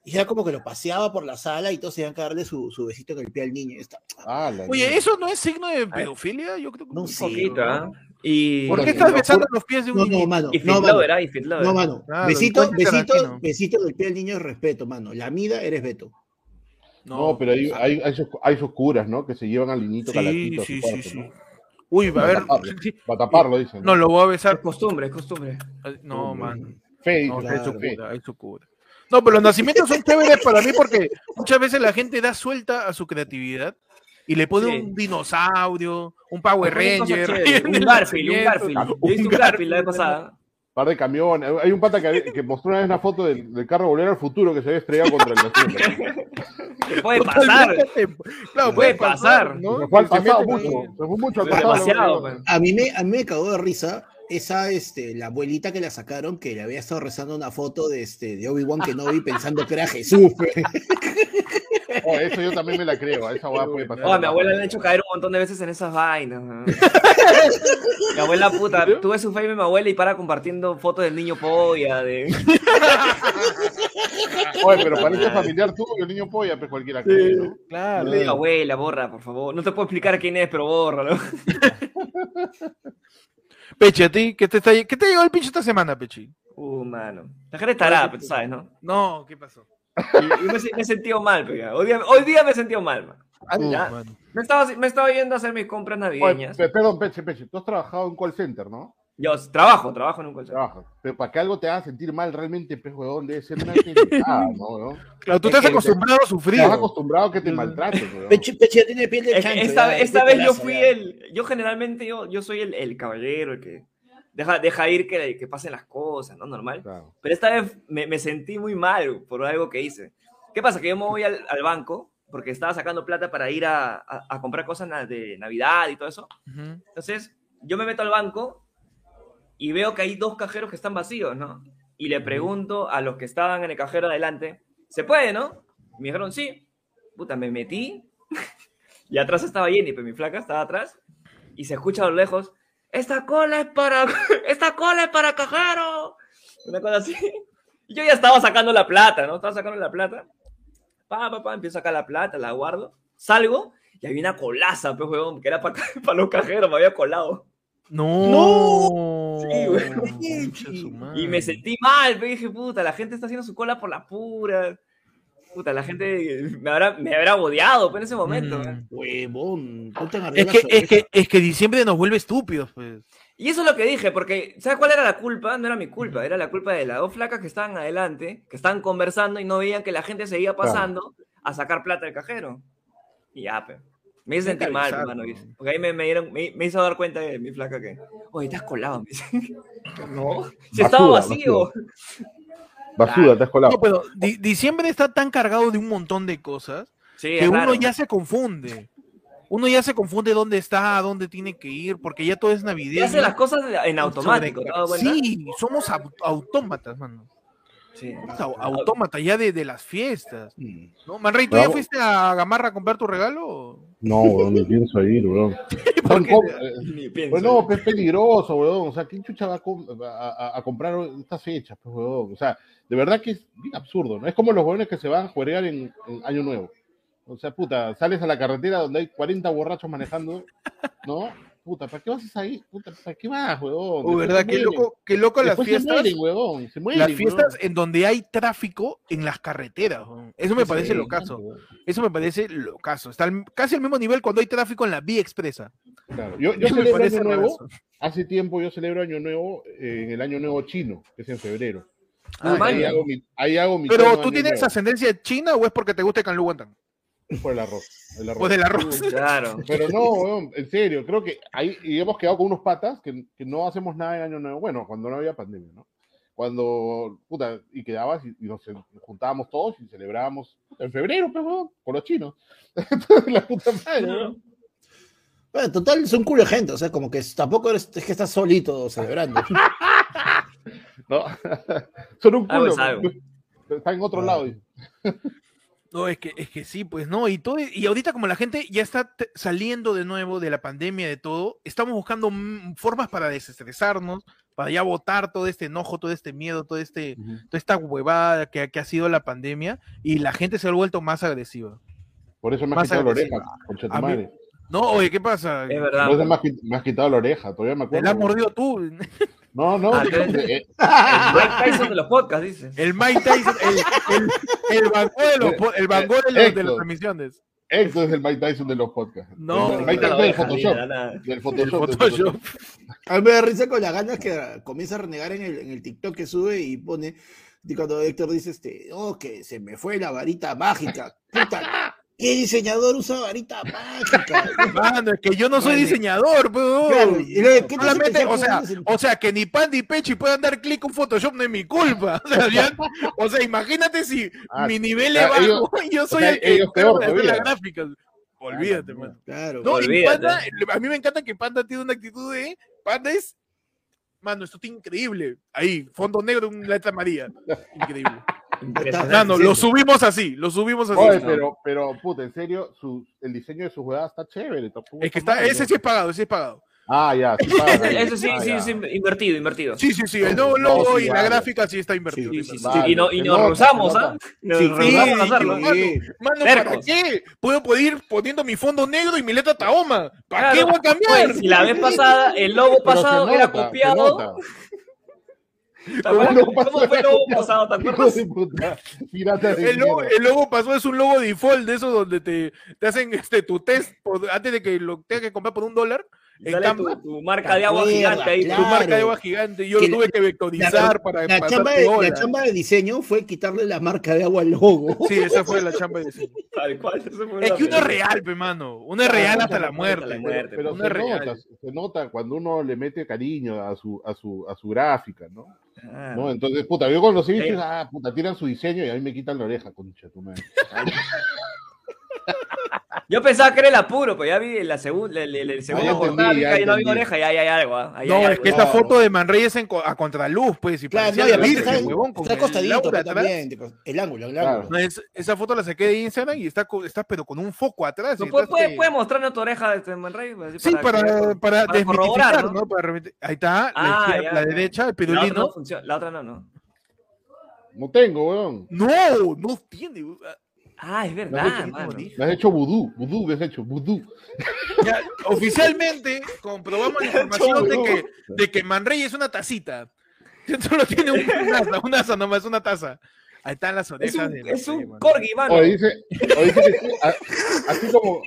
Y era como que lo paseaba por la sala y todos se iban a darle su, su besito en el pie al niño. y está- ah, la mierda. Oye, ¿eso no es signo de pedofilia? Yo creo que No un sé, poquito, Poquito, ¿ah? ¿no? Y. ¿Por qué Porque estás lo besando los pies de un No, no, niño? mano. Y Fit No, mano. Lover, ¿ah? Y Fit Lover. No, mano. Claro, besito, encuentra besito, Tarantino. besito en el pie al niño es respeto, mano. La mida eres Beto. No, pero hay, hay, hay, esos, hay esos curas, ¿no? Que se llevan al niñito Sí, calatito a su sí, cuarto, sí, sí. ¿no? ah, Uy, va a ver. taparlo. Para taparlo, dicen. No, lo voy a besar. eh, Es costumbre, es costumbre. No, mano. Fe, dice, No, fe, hay su claro. fe. cura, hay su cura. No, pero los nacimientos son chéveres para mí porque muchas veces la gente da suelta a su creatividad y le pone Sí. un dinosaurio, un Power Cualquier cosa Ranger, chévere, en Un el Garfield, un Garfield. nacimiento. Yo hice un Un Garfield la vez Garfield, pasada. par de camiones. Hay un pata que, que mostró una vez una foto del, del carro Volver al Futuro que se había estrellado contra el nacimiento. ¿Qué puede pasar? Totalmente tem- Claro, puede pasar. ¿no? Se fue al Se pasado meten mucho. ahí. Se fue mucho al pasado. Demasiado, ¿no? man. A mí me, a mí me cagó de risa esa, este, la abuelita que la sacaron, que le había estado rezando una foto de, este, de Obi-Wan Kenobi pensando que era Jesús. pe. Oh, eso yo también me la creo. a Esa hueá puede pasar. Oh, a mi abuela le han hecho caer un montón de veces en esas vainas. ¿no? mi abuela puta, tuve su Facebook de mi abuela y para compartiendo fotos del niño polla. De... Oye, pero parece familiar tuyo el niño polla, pues cualquiera cree, ¿no? Claro. Le digo, abuela, borra, por favor. No te puedo explicar quién es, pero bórralo. Peche, ¿a ti qué te, está, qué te llegó el pinche esta semana, Pechi? Uh, mano. La gente estará, pero tú sabes, ¿no? No, ¿qué pasó? Y- y me, se- me he sentido mal, pega. Hoy día, hoy día me he sentido mal, man. Ay, Ya. mano. Me estaba, me estaba yendo a hacer mis compras Oye, navideñas. pe- perdón, Peche, Peche, tú has trabajado en call center, ¿no? Yo trabajo, trabajo en un call center. Trabajas. Pero para que algo te haga sentir mal realmente, pues, huevón, debe ser una pendejada, ¿no? ¿no? Claro, tú Es te has que- acostumbrado a sufrir. Estás acostumbrado a que te maltraten, huevón. Pechi, Pechi ya tiene piel de Es que chancho, esta ya, esta de vez yo colazo, fui ya. el. Yo generalmente yo, yo soy el, el caballero, el que deja, deja ir que, que pasen las cosas, ¿no? Normal. Claro. Pero esta vez me, me sentí muy mal por algo que hice. ¿Qué pasa? Que yo me voy al, al banco porque estaba sacando plata para ir a, a- a comprar cosas na- de Navidad y todo eso. Ujú. Entonces, yo me meto al banco y veo que hay dos cajeros que están vacíos, ¿no? Y le pregunto a los que estaban en el cajero de adelante, ¿se puede, no? Y Me dijeron, sí. Puta, me metí. y atrás estaba Jenny, pero mi flaca estaba atrás. Y se escucha a lo lejos, esta cola es para, esta cola es para cajero. Una cosa así. Y yo ya estaba sacando la plata, ¿no? Estaba sacando la plata. Pa, pa, pa, empiezo a sacar la plata, la guardo. Salgo y había una colaza, pues, huevón, que era para los cajeros, me había colado. No. Sí, güey. Concha de su madre. Y me sentí mal, pero dije, puta, la gente está haciendo su cola por las puras. Puta, la gente me habrá, me habrá odiado pues, en ese momento. Mm. man. Huevón, ponte en Es arriba que, la es, que, es que diciembre nos vuelve estúpidos, pues. Y eso es lo que dije, porque ¿sabes cuál era la culpa? No era mi culpa, era la culpa de las dos flacas que estaban adelante, que estaban conversando y no veían que la gente seguía pasando a sacar plata del cajero. Y ya, pe. Me hice Hay que sentir mal, avisar, hermano. ¿no? Porque ahí me, me dieron, me, me hizo dar cuenta de mi flaca que, oye, te has colado. Me dice. No, si estaba Basura, vacío. basura. Basura, te has colado. No, pues. pero di- diciembre está tan cargado de un montón de cosas Sí, que es uno raro. ya se confunde. Uno ya se confunde dónde está, dónde tiene que ir, porque ya todo es Y navideño. hace las cosas en automático, ¿te has dado cuenta? Sí, somos au- autómatas, mano. Sí. Vamos a- Autómata ya de, de las fiestas. Mm. ¿no? Manrey, ¿tú ya Vamos. fuiste a Gamarra a comprar tu regalo? No, weón, me pienso ir, weón. ¿Por qué? Ni pienso. Bueno, eh, pues es peligroso, weón. O sea, ¿quién chucha va a, com- a- a- a comprar estas fechas, pues, weón? O sea, de verdad que es bien absurdo, ¿no? Es como los weones que se van a jugar en, en Año Nuevo. O sea, puta, sales a la carretera donde hay 40 borrachos manejando, ¿no? Puta, ¿para qué vas ahí? Puta, ¿para qué vas, weón? Oh, Después ¿Verdad? se Qué mueren. loco, qué loco las Después fiestas. Se mueren, weón. Se mueren, Las fiestas weón. en donde hay tráfico en las carreteras. weón. Eso me parece locazo. Eso me parece locazo. Está al- casi al mismo nivel cuando hay tráfico en la vía expresa. Claro. Yo, yo Eso me celebro parece Año Nuevo, bravazo. hace tiempo yo celebro Año Nuevo eh, en el Año Nuevo chino, que es en febrero. Ay, Ah, ahí, maña. hago mi, ahí hago mi Pero tono tú Año tienes Nuevo. ascendencia china o es porque te gusta Canlu Guantán? Por el arroz. el arroz. Pues del arroz. Claro. Pero no, weón, en serio, creo que ahí y hemos quedado con unos patas que, que no hacemos nada en Año Nuevo. Bueno, cuando no había pandemia, ¿no? Cuando, puta, y quedabas y, y nos juntábamos todos y celebrábamos puta, en febrero, pues, weón, con los chinos. la puta madre, weón. Bueno, total, es un culo de gente, o sea, como que es- tampoco eres, es que estás solito celebrando. ¿no? Son un Algo culo. es algo. weón. Está en otro Ah. lado. dice. No, es que, es que sí, pues no, y todo, y ahorita como la gente ya está te- saliendo de nuevo de la pandemia, de todo, estamos buscando mm, formas para desestresarnos, para ya botar todo este enojo, todo este miedo, todo este, toda esta huevada que, que ha sido la pandemia, y la gente se ha vuelto más agresiva. Por eso me has Más quitado la agresiva. oreja, concha de tu A mí- madre. No, oye, ¿qué pasa? Por Es eso verdad. me has, quit- me has quitado la oreja, todavía me Te acuerdo. la has weón. mordido tú. No, no, Ah, de- pero- de- Mike Tyson de los podcasts, dices. El Mike Tyson, el, el, el Van Gogh de, los po- el Van Gogh de, los- de las Héctor. transmisiones. Esto es el Mike Tyson de los podcasts. No, el ahí Mike está la Tyson del oreja, Photoshop. mira, nada. Del El Photoshop. del Photoshop. A mí me da risa con las ganas que comienza a renegar en el, en el TikTok que sube y pone, y cuando Héctor dice, este, oh, que se me fue la varita mágica. Puta, ¿qué diseñador usa varita mágica? Mano, es que yo no soy Vale. diseñador, pero Claro, y luego, ¿qué te Solamente, hace pensar o que sea, uno se- o sea, que ni Pan ni Pechi puedan dar clic con Photoshop no es mi culpa. O sea, ya- o sea, imagínate si Ah, mi nivel sea, es bajo ellos- y yo soy sea, el que ellos tengo peor que hacer las todavía. gráficas. Olvídate, mano. Claro, No, y Olvídate. Panda, a mí me encanta que Panda tiene una actitud de Panda es Mano, esto está increíble. Ahí, fondo negro, una letra amarilla. Increíble. Impresionante. Mano, lo subimos así, lo subimos pues, así. Oye, pero, pero, puta, en serio, su- el diseño de sus jugadas está chévere. tampoco Es que está está, mal, ese ¿no? sí es pagado, ese es pagado. Ah, ya, sí, para, Ese- ya. Eso sí, Ah, sí, ya. sí, invertido, invertido. Sí, sí, sí. El nuevo logo No, sí, y la vale. gráfica sí está invertido. Sí, sí, sí. Vale, y, no, y se nos nota, rehusamos, se ¿ah? nota. Nos Sí, rehusamos a sí, hacerlo. sí. Mano, ¿para Tercos. qué? Puedo poder ir poniendo mi fondo negro y mi letra Tahoma. ¿Para qué Claro. voy a cambiar? Oye, si Pues, la vez pasada, el logo Pero se pasado era nota, se copiado. nota. ¿Te acuerdas? El logo ¿Cómo pasado fue el era logo copiado. pasado? ¿Te Hijo acuerdas? de puta, pirata de El logo, mierda. el logo pasó, es un logo default de eso donde te, te hacen este, tu test por- antes de que lo tengas que comprar por un dólar. En Sale cambio, tu, tu marca de agua Mierda, gigante ahí. tu claro. marca de agua gigante. Yo Que lo la- tuve que vectorizar para la pasar chamba, de, la hola. chamba de diseño fue quitarle la marca de agua al logo. Sí, esa fue la chamba de diseño. Tal cual, eso fue Es una que uno es película. real, pe, mano. Uno es real hasta la muerte. muerte, Pero uno se es real. nota, se nota cuando uno le mete cariño a su, a su, a su gráfica, ¿no? Ah, ¿No? Entonces, puta, yo con los Sí. inicios, ah, puta, tiran su diseño y a mí me quitan la oreja, concha tu madre. Yo pensaba que era el apuro, pero ya vi la segunda, el, el- el segundo entendí, portada, vi ya que ahí no había entendí. oreja, ya ya hay algo. ah, ahí hay No, es algo. que esta foto de Manrey es en co- a contraluz, pues. Y Claro, parecía no, y la aparte Virgen, está, huevón, con está el acostadito Laura pero atrás. también, tipo, el ángulo, el ángulo. No, es- esa foto la saqué de Instagram y está, co- está pero con un foco atrás. No, y ¿Puede, está, Pues puede, este- puede mostrarnos tu oreja, este, Manrey? Así Sí, eh, para, para, para corroborar, desmitificar, ¿no? ¿no? Para remit- Ahí está, Ah, la, izquierda- ya, la ya. derecha, el La otra pirulino. no funciona, la otra no, no. No tengo, weón. No, no tiene. uh, Ah, es No, verdad, porque- mano. Me has hecho vudú, vudú me has hecho, vudú. ya, oficialmente comprobamos la información de Chau, que, de que Manrey es una tacita. Solo tiene un, un asa, un asa nomás, una taza. Ahí están las Es orejas de un, es Manrey, un mano. corgi, mano. O dice, o dice que sí, a- así como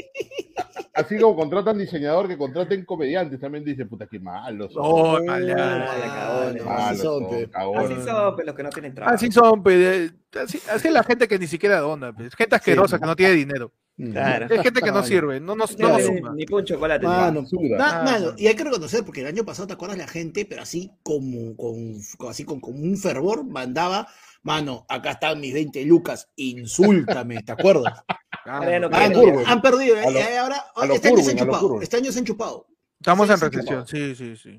así como contratan diseñador, que contraten comediantes, también dice, puta, qué malos. son, No, Oh, maleado. ya, ah, cabrón. no, así malos son, son, pe. cagones. Así son pues, los que no tienen trabajo. Así son, pe, de- así, así es la gente que ni siquiera dona, pe, es gente asquerosa que no tiene dinero, Claro. es gente que no Vale. sirve, no nos, no No, nos Sí. suma. ni puncho chocolate. Mano, Basura. Na- Ah, mano, no. y hay que reconocer, porque el año pasado, ¿te acuerdas la gente? Pero así como, con, con- así con, con un fervor, mandaba, mano, acá están mis 20 lucas, insúltame, ¿te acuerdas? Ah, Ahora ya no Mano, creo. Curwen. han perdido, ¿eh? A lo- Y ahora a lo este año se Curwen, han a lo chupado, Curwen. este año se han chupado. Estamos Sí, en sí, recesión, sí, sí, sí.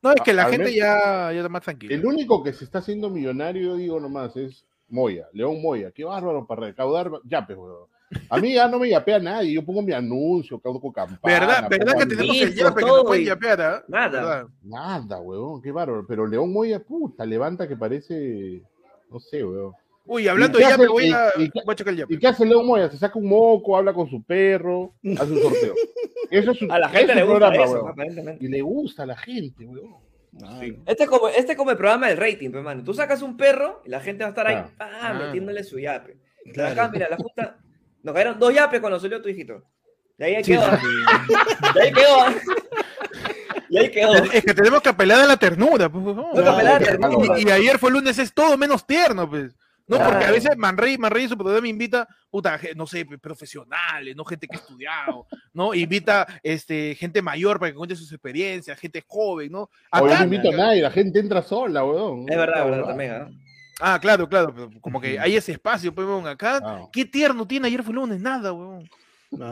No, es que la Al gente menos- ya, ya está más tranquila. El único que se está haciendo millonario, digo nomás, es Moya, León Moya. Qué bárbaro para recaudar yapes, weón. A mí ya no me yapea nadie, yo pongo mi anuncio, caudo campana. ¿Verdad, ¿verdad pongo que mi- tenemos el Listo, yape que no todo pueden y- yapear? ah? nada. ¿Verdad? Nada, weón, qué bárbaro. Pero León Moya, puta, levanta que parece, no sé, weón. Uy, hablando ¿Y de qué yape, hace- voy a, y- y qué- voy a checar el yape. ¿Y qué hace León Moya? Se saca un moco, habla con su perro, hace un sorteo. Eso es su, A la es gente su le gusta programa, eso, weón. aparentemente. Y le gusta a la gente, weón. Este es, como, este es como el programa del rating, pues, mano. Tú sacas un perro y la gente va a estar ahí Claro. pa, Ah. metiéndole su yape. Pero Claro. Acá, mira, la junta. Nos cayeron dos yapes cuando salió tu hijito. Y ahí quedó. Y ahí quedó. Y ahí quedó. Es que tenemos que apelar a la ternura. pues, no. Tengo que apelar a la Claro. ternura. Y, y ayer fue lunes, es todo menos tierno, pues. No, Claro. porque a veces Manrey, Manrey en su programa invita, puta, je- no sé, pe- profesionales, no gente que ha estudiado, ¿no? Invita este, gente mayor para que cuente sus experiencias, gente joven, ¿no? O yo Acá- no invito a nadie, la gente entra sola, weón. Es verdad, Ah, es verdad, weón. también. ¿ah? Ah, claro, claro, pero como que hay ese espacio, pues, weón, acá. Ah. Qué tierno tiene ayer fue lunes, nada, weón.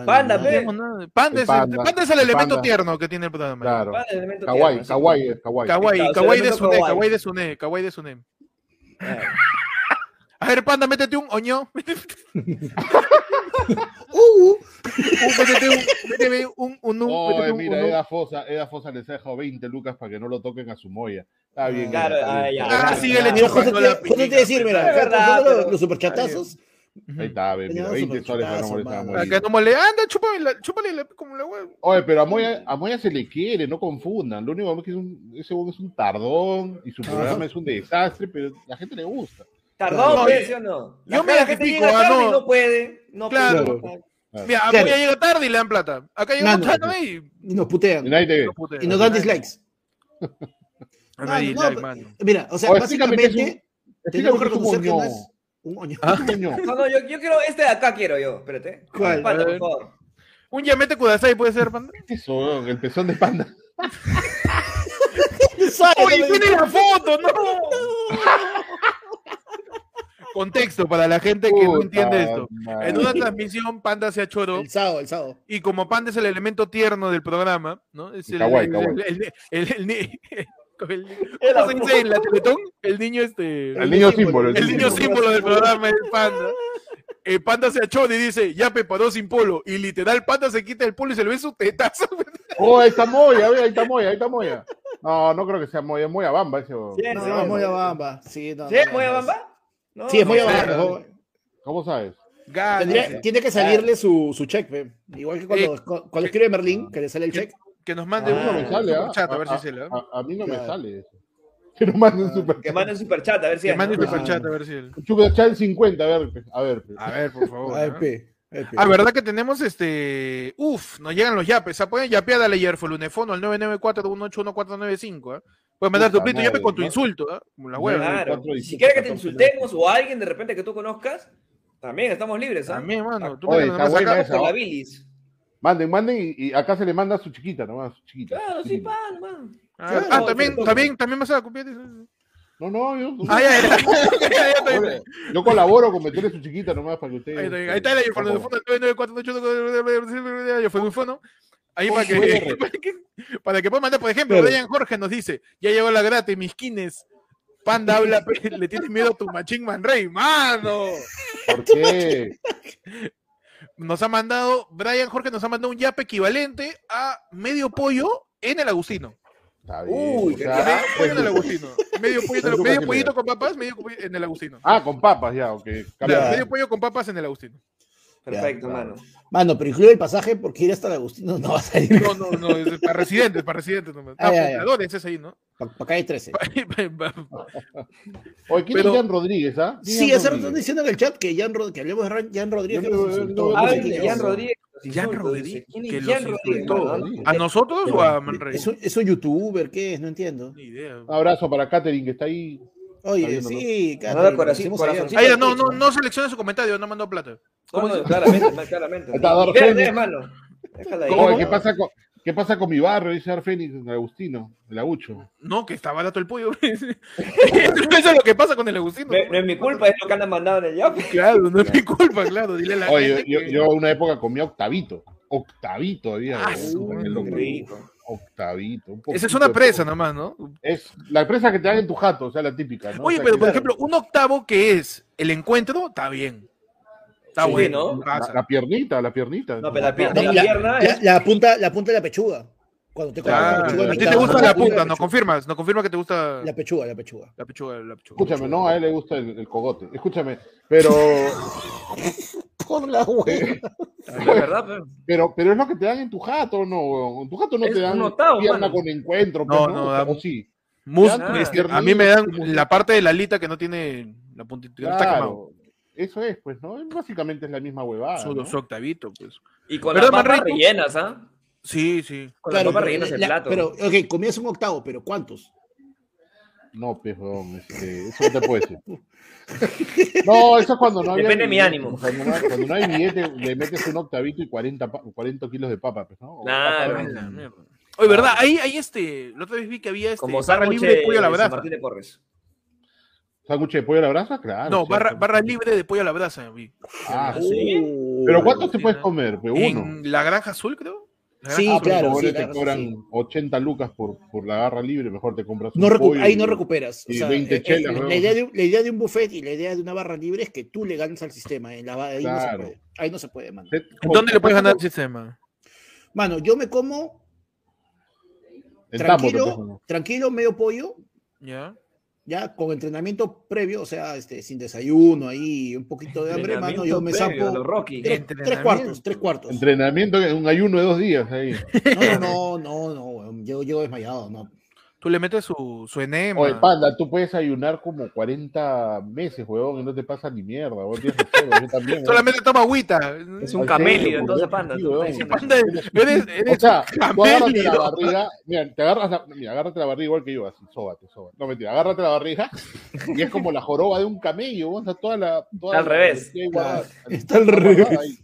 Panda, No pe. tenemos nada. Panda El es, panda, el, panda es el el elemento panda. tierno que tiene el programa. Claro. Para el elemento Kawaii, tierno, sí. kawaii, es kawaii. Kawaii, Claro, su kawaii de elemento Sune, kawaii. kawaii de Sune, kawaii de Sune. Claro. A ver, panda, métete un oño. Uh, uh. un, métete un, métete un, un, un, Oye, métete un, Oh, mira, un, un. Eda Fosa, Eda Fosa les ha dejado 20 lucas para que no lo toquen a su moya. Está bien. Claro, Eda, está ah, bien. ya. Ah, Claro, sí, claro. le Mira, dio José, te, José te iba a decir, mira, Es acá verdad, pasando los, pero- los superchatazos. Ahí está, ve, mira, Tenía 20 soles para no superchatazo, molestar a mano. Moya. Acá no mole, anda, chúpale, la- chúpale la- como la huevo. Oye, pero a Moya, a Moya se le quiere, no confundan. Lo único que es un, ese huevón es un tardón y su programa es un desastre, pero la gente le gusta. Tardó, No, pues, yo- ¿sí o no? yo me la gente identifico, llega ah, tarde no. y no puede. No Claro. puede. Mira, a Claro. Moya llega tarde y le dan plata. Acá llega Mano. tarde y. Y nos putean. Y nadie te ve. no putea. Y nos dan dislikes. No me Mano, no, dislike, pero- mano. Mira, o sea, Oye, explícame qué es un- básicamente tenemos Explícame que qué es un Ah. reconocer que no es moño. un oño. Un moño. No, no, yo, yo quiero este de acá, quiero yo. Espérate. ¿Cuál? Panda, A por ver. favor. Un Yamete Kudasai puede ser, panda. ¿Qué es eso, huevón? El pezón de panda. ¡Uy, tiene la foto! ¡No! Contexto para la gente que no Puta entiende esto. madre. En una transmisión, Panda se achoró. El sábado, el sábado. Y como Panda es el elemento tierno del programa, ¿no? Es el, Kawaii, el- kawaii. el- el- el ni- el- ¿cómo se dice en la Teletón? El niño este. El niño símbolo. El niño símbolo del programa es Panda. El panda se achó y dice, ya preparó sin polo. Y literal, panda se quita el polo y se le ve su tetazo. Oh, ahí está Moya, ve, ahí está Moya, ahí está Moya. No, no creo que sea Moya, es Moya Bamba ese. huevón. Sí, sí, No, sí. no, muy a bamba. Sí, no, Ah, ¿Sí? no, no, ¿Muy a no. bamba? No, Sí, es muy a no sé. bamba. claro. ¿Cómo sabes? Gana. Tendría- tiene que salirle su, su check, pe. Igual que cuando, Eh, cu- cuando escribe Merlín, que le sale el check. Que nos mande Ah, uno No me sale, ¿ah? un chat, a ver A- si se le da. A, a mí no me Claro. sale eso. Que nos manden super Que manden superchat, a ver si Que hay, mande ¿no? un chat, a ver si él. Super Chat 50, a ver, pe, a ver. pe. A ver, por favor. A ver, ¿ah? pe, a ver, pe. Ah, ¿verdad que tenemos este. Uf, nos llegan los yapes. ¿ah? Pueden yapear al ayer, fue lunefono al 994-181-495. ¿ah? Puedes mandar tu Puta pito yape madre, con tu ¿no? insulto, ¿ah? Como la Bueno, hueva. el Claro. 4 y Si quieres que te 14, insultemos o a alguien de repente que tú conozcas, también estamos libres, ¿ah? También, mano. Tú Oye, mándame está nomás buena acá. esa. Por la bilis. Manden, manden y, y acá se le manda a su chiquita nomás, su chiquita. Claro, sí, pan, man. Ah, Claro, ah, también, sí, también, también vas a copiar. No, no, yo, Ah, ya, ya. Ya, ya, también. Oye, yo colaboro con meterle su chiquita nomás para que ustedes. Ahí está, ahí está el ayer, fue lunefono al 994-181-495. Ayer fue lunefono. Ahí para que, para que para que puedan mandar, por ejemplo, Claro. Brian Jorge nos dice, ya llegó la gratis, mis quines. Panda habla, pe- le tienes miedo a tu machín man rey, mano. ¿Por qué? nos ha mandado, Brian Jorge nos ha mandado un yape equivalente a medio pollo en el Agustino. Está bien, Uy, o qué sea, medio pollo en pues, el Agustino. Medio, pollo en el- Eso medio casi pollito me da. con papas, medio pollo en el Agustino. Ah, con papas ya, ok. Cambia. Claro, medio pollo con papas en el Agustino. Perfecto, Ya, mano. Mano, pero incluye el pasaje porque ir hasta el Agustino no va a salir. No, no, no, es para residentes, para residentes nomás. Ah, Ah, ya, ya. pobladores es ahí, ¿no? Para calle 13. Oye, ¿quién Pero- es Jan Rodríguez, ah? Sí, hace rato están diciendo en el chat que, Jan Rod- que hablemos de Ran- Jan Rodríguez. Yo que nos no- yo insultó. no- No sé Hablen quién de es. Jan Rodríguez. Jan insultos, Rodríguez, dice. ¿Quién es que Jan los Rodríguez, insultó. mano? ¿A nosotros o a Manrey? Es un, es un youtuber, ¿qué es? No entiendo. Ni idea. Un abrazo para Katherine que está ahí. Está Oye, viendo, ¿no? sí, Nada, Catherine, corazón- hicimos ayer. corazoncito. Ah, ya, no, no, no seleccione su comentario, no mandó plata. No, no, claramente, man, claramente. Está Dark Ve, Phoenix. ve, mano. Déjala ahí. Oye, ¿qué pasa con, qué pasa con mi barrio? Dice Arfénix, en Agustino, el Agucho. No, que está barato el pollo. Eso es lo que pasa con el Agustino. No, no es mi culpa, es lo que han mandado en el yape. Claro, no es mi culpa, claro. Dile a la Oye, gente yo, que- yo una época comía octavito. Octavito había. Ah, weón, su en madre. el local. Rico. octavito. un Esa es poquito una de presa todo. nomás, ¿no? Es la presa que te dan en tu jato, o sea, la típica. ¿no? O Oye, sea, pero que- por ejemplo, un octavo que es el encuentro, está bien. Está Sí, bueno. ¿no? La, pasa. la piernita, la piernita. No, pero la, pier- No, la la- pierna La, es... la punta, la punta de la pechuga. Cuando te cortan Claro, la pechuga en a ti te mitad, gusta ¿no? la pechuga, punta, ¿no? pechuga. Confirmas, ¿no? Confirma que te gusta La pechuga, la pechuga. la pechuga, la pechuga. Escúchame, no, a él le gusta el, el cogote. Escúchame, pero, Por la hueva. La verdad, pues. pero... pero, pero es lo que te dan en tu jato, ¿no? huevón? En tu jato no Es te dan un octavo, pierna mano. con encuentro, No, pues, no, O sea, dan- o sí. Mus- Ah. este, a mí me dan la parte de la alita que no tiene la puntita, que no está quemado. Claro. Eso es, pues, ¿no? Básicamente es la misma huevada. Su, ¿no? su octavito, pues. Y con Pero las es más papas rico. rellenas, ¿ah? Sí, sí. Con Claro, las papas pero, rellenas el la- plato. pero, ok, comías un octavo, pero ¿cuántos? No, pues, huevón, este, eso no te puedo decir. No, eso es cuando no había Depende de mi billete, ánimo. Cuando no, cuando no hay billete, le metes un octavito y 40, pa- 40 kilos de papa, pues, ¿no? O Nah, papa man. de- La mierda. Oye, ¿verdad? Ahí, ahí este, la otra vez vi que había este como barra sándwich libre de pollo a la de San brasa. Martín de Porres. ¿Sándwich de pollo a la brasa? Claro. No, sí, barra, sándwich. barra libre de pollo a la brasa. vi. Ah, ¿Ah, sí? ¿Pero cuántos te sí, puedes ¿no? comer? Pues, uno. Ah, En la granja azul, creo. La Sí, Granja Azul. claro, Ahora sí, te claro, eso cobran sí. 80 lucas por, por la garra libre, mejor te compras un No recu- pollo ahí y- no recuperas. O y sea, 20 eh, eh, chelas, la, ¿no? idea de, un- la idea de un buffet y la idea de una barra libre es que tú le ganes al sistema. en la ba- ahí, no se Claro. puede, ahí no se puede, mano. Te- ¿En ¿Dónde le puedes ganar el En sistema? Mano, yo me como tambo pues, te puedes ganar. tranquilo, tranquilo, medio pollo, ¿Ya? ya con entrenamiento previo, o sea, este, sin desayuno ahí, un poquito de hambre, mano, yo me Entrenamiento previo, saco los Rocky. tres, tres cuartos, tres cuartos. Entrenamiento, en un ayuno de dos días ahí. No, no, no, no, weón, yo llego desmayado, no. Tú le metes su, su enema. Oye, panda, tú puedes ayunar como 40 meses, huevón, y no te pasa ni mierda, huevón. Tienes razón, yo también. huevón. Solamente toma agüita. Es un Al camelio, serio, entonces, por panda. Dios, tú sí, estás weón. diciendo- Panda, eres, eres O sea, tú agárrate la camello. barriga, mira, te agarras la, mira, agárrate la barriga igual que yo, así, sóbate, sóbate. No, mentira, agárrate la barriga y es como la joroba de un camello, o sea, toda la... Toda Está la- al revés. ahí guardada. Está al Está revés. guardada ahí.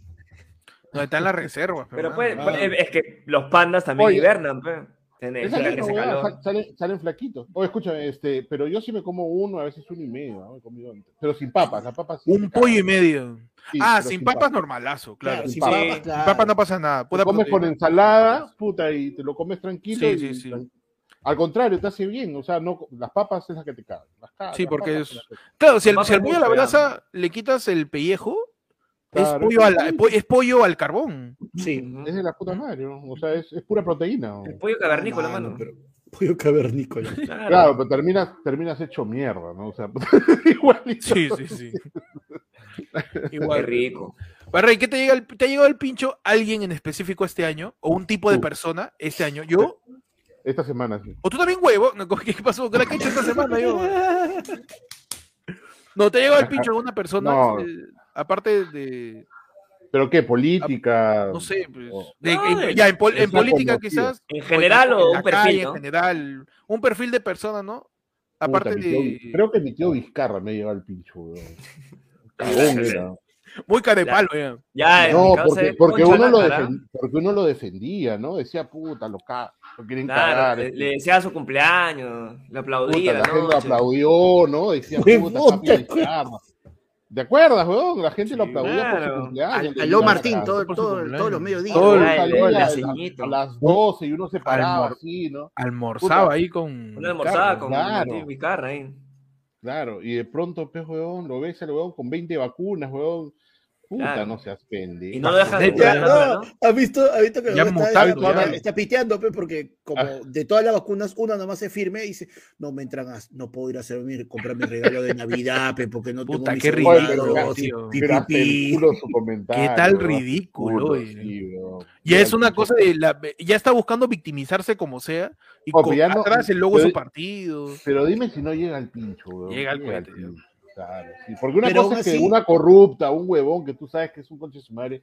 No, está en las reservas. Pero hermano. puede- Ah. puede- es que los pandas también Oye. hibernan, pe. Tenés Esa que misma ese huevada, calor. sal- salen, salen flaquitos. Oye, escúchame, este, pero yo sí me como uno, a veces uno y medio, ¿no? He comido antes. pero sin papas, las papas sí me Un cagan. pollo y medio. Sí, ah, pero sin papas normalazo, claro. Claro, sin sin papas. papas, sin claro. papas no pasa nada. Te Puta comes con proteína. ensalada, puta, y te lo comes tranquilo. Sí, y- sí, sí. tran- Al contrario, te hace bien, o sea, no, las papas es las que te cagan. las cagan, Sí, las porque papas es- las que- Claro, si el, Papas si al pollo a la mucho, ya. brasa le quitas el pellejo, es, Claro, pollo a la- sí. po- es pollo al carbón. Sí. Es de la puta madre, ¿no? o sea, es, es pura proteína. ¿no? El pollo cavernícola, mano. Ah, pero- pollo cavernícola. Claro. Claro, pero terminas, terminas hecho mierda, ¿no? O sea, igualito. Sí, sí, sí. Qué Igual. rico. Barrey, ¿qué te, llega el- te ha llegado el pincho alguien en específico este año? ¿O un tipo de Tú. persona este año? ¿Yo? Esta semana sí. ¿O tú también huevo? No, ¿Qué qué pasó? ¿Qué la que he hecho esta semana yo? No, te ha llegado el pincho alguna persona, No. eh, aparte de, ¿Pero qué? ¿Política? no sé, pues, o- de- No, en- ya en, pol- es en una política conocida. quizás. En general en o la un perfil, calle, En ¿no? general, un perfil de persona, ¿no? Puta, Aparte mi tío de... Vi- Creo que mi tío Vizcarra me lleva al pincho, weón. Cagón era. Muy carepalo, ya. Ya, Ah, en No, mi casa porque, es porque concha uno lo láncara. defen- porque uno lo defendía, ¿no? Decía, puta, lo, ca lo quieren cagar. Claro, le- este, le deseaba su cumpleaños, le puta, aplaudía la la gente lo noche. aplaudió, ¿no? Decía, Huevón, puta, ¿te está Vizcarra. ¿Te acuerdas, weón? La gente lo Sí, aplaudía por claro. su cumpleaños. Al, le aló iban a Martín, cagar. todo, por su todo- cumpleaños. todos los mediodías. Todo el- Uno Ay, salía el a- aceñito. a las 12 y uno se paraba Almor- así, ¿no? Almorzaba Puta. ahí con... Una almorzada con claro. Martín Vizcarra ahí. Claro, y de pronto, pues, weón, lo ves al weón con 20 vacunas, weón. Puta, Claro. no seas pendejo. Y no deja de Neta, jugar, No, ¿no? ¿Has visto, has visto que Ya luego está, mutando, ya. está- está piteando, pe, porque como Ah. de todas las vacunas, una nomás es firme y dice, no me entran a- no puedo ir a hacer mi- comprar mi regalo de Navidad, pe, porque no Puta, tengo mi qué segunda ridículo, dosis, tío. pi, Pero pi, hasta el pi. culo su comentario, Qué tal weón. ridículo, Culo, eh. sí, weón. Ya es Puta, una pinche cosa de la. Ya está buscando victimizarse como sea. Y Oh, con pero ya no- atrás el logo de su pero- partido. Pero dime si no llega al pincho, weón. Llega al al cohete, pincho, claro, sí. Porque una Pero cosa aún es que así- una corrupta, un huevón que tú sabes que es un conche de su madre,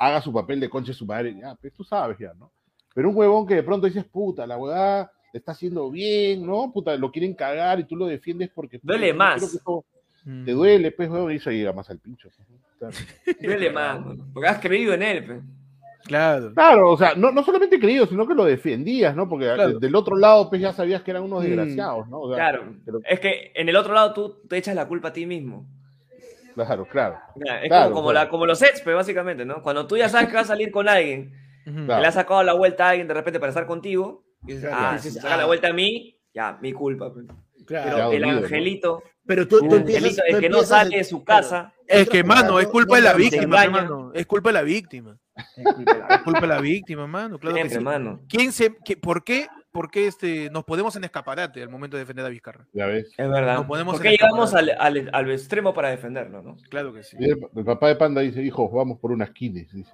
haga su papel de conche de su madre, ya, pues tú sabes ya, ¿no? Pero un huevón que de pronto dices, puta, la huevada le está haciendo bien, ¿no? Puta, lo quieren cagar y tú lo defiendes porque... puta, Duele yo más. quiero que esto- Mm. Te duele, pues, huevón, y eso llega más al pincho. Claro. Duele más, mano, porque has creído en él. pe. Claro. Claro, o sea, no, no solamente creído, sino que lo defendías, ¿no? Porque Claro. del otro lado, pues ya sabías que eran unos Mm. desgraciados, ¿no? O sea, Claro. pero- Es que en el otro lado tú te echas la culpa a ti mismo. claro, claro. Mira, es Claro, como, como claro. la, como los ex, pe, básicamente, ¿no? Cuando tú ya sabes que vas a salir con alguien Ujú. Claro. Le ha sacado la vuelta a alguien de repente para estar contigo. Y dices, Claro, ah, dices, si saca la ah. vuelta a mí, ya, mi culpa. pues. Claro. Ya Pero el dolido, ¿no? angelito, Pero tú, tú el empiezas. angelito, el tú que no empiezas sale de su casa, Es que, mano, Claro, es culpa de la no, no, no, víctima, se engaña. hermano. Es culpa de la víctima. Es culpa de la víctima, mano. Claro que siempre, sí. mano. ¿Quién se, qué- ¿Por qué, por qué este, nos ponemos en escaparate al momento de defender a Vizcarra? Ya ves. Es verdad. No podemos Porque ser llegamos al, escaparates. al- al extremo para defenderlo, ¿no? Claro que sí. Y El, el papá de Panda dice, hijos, vamos por unas quines. dice.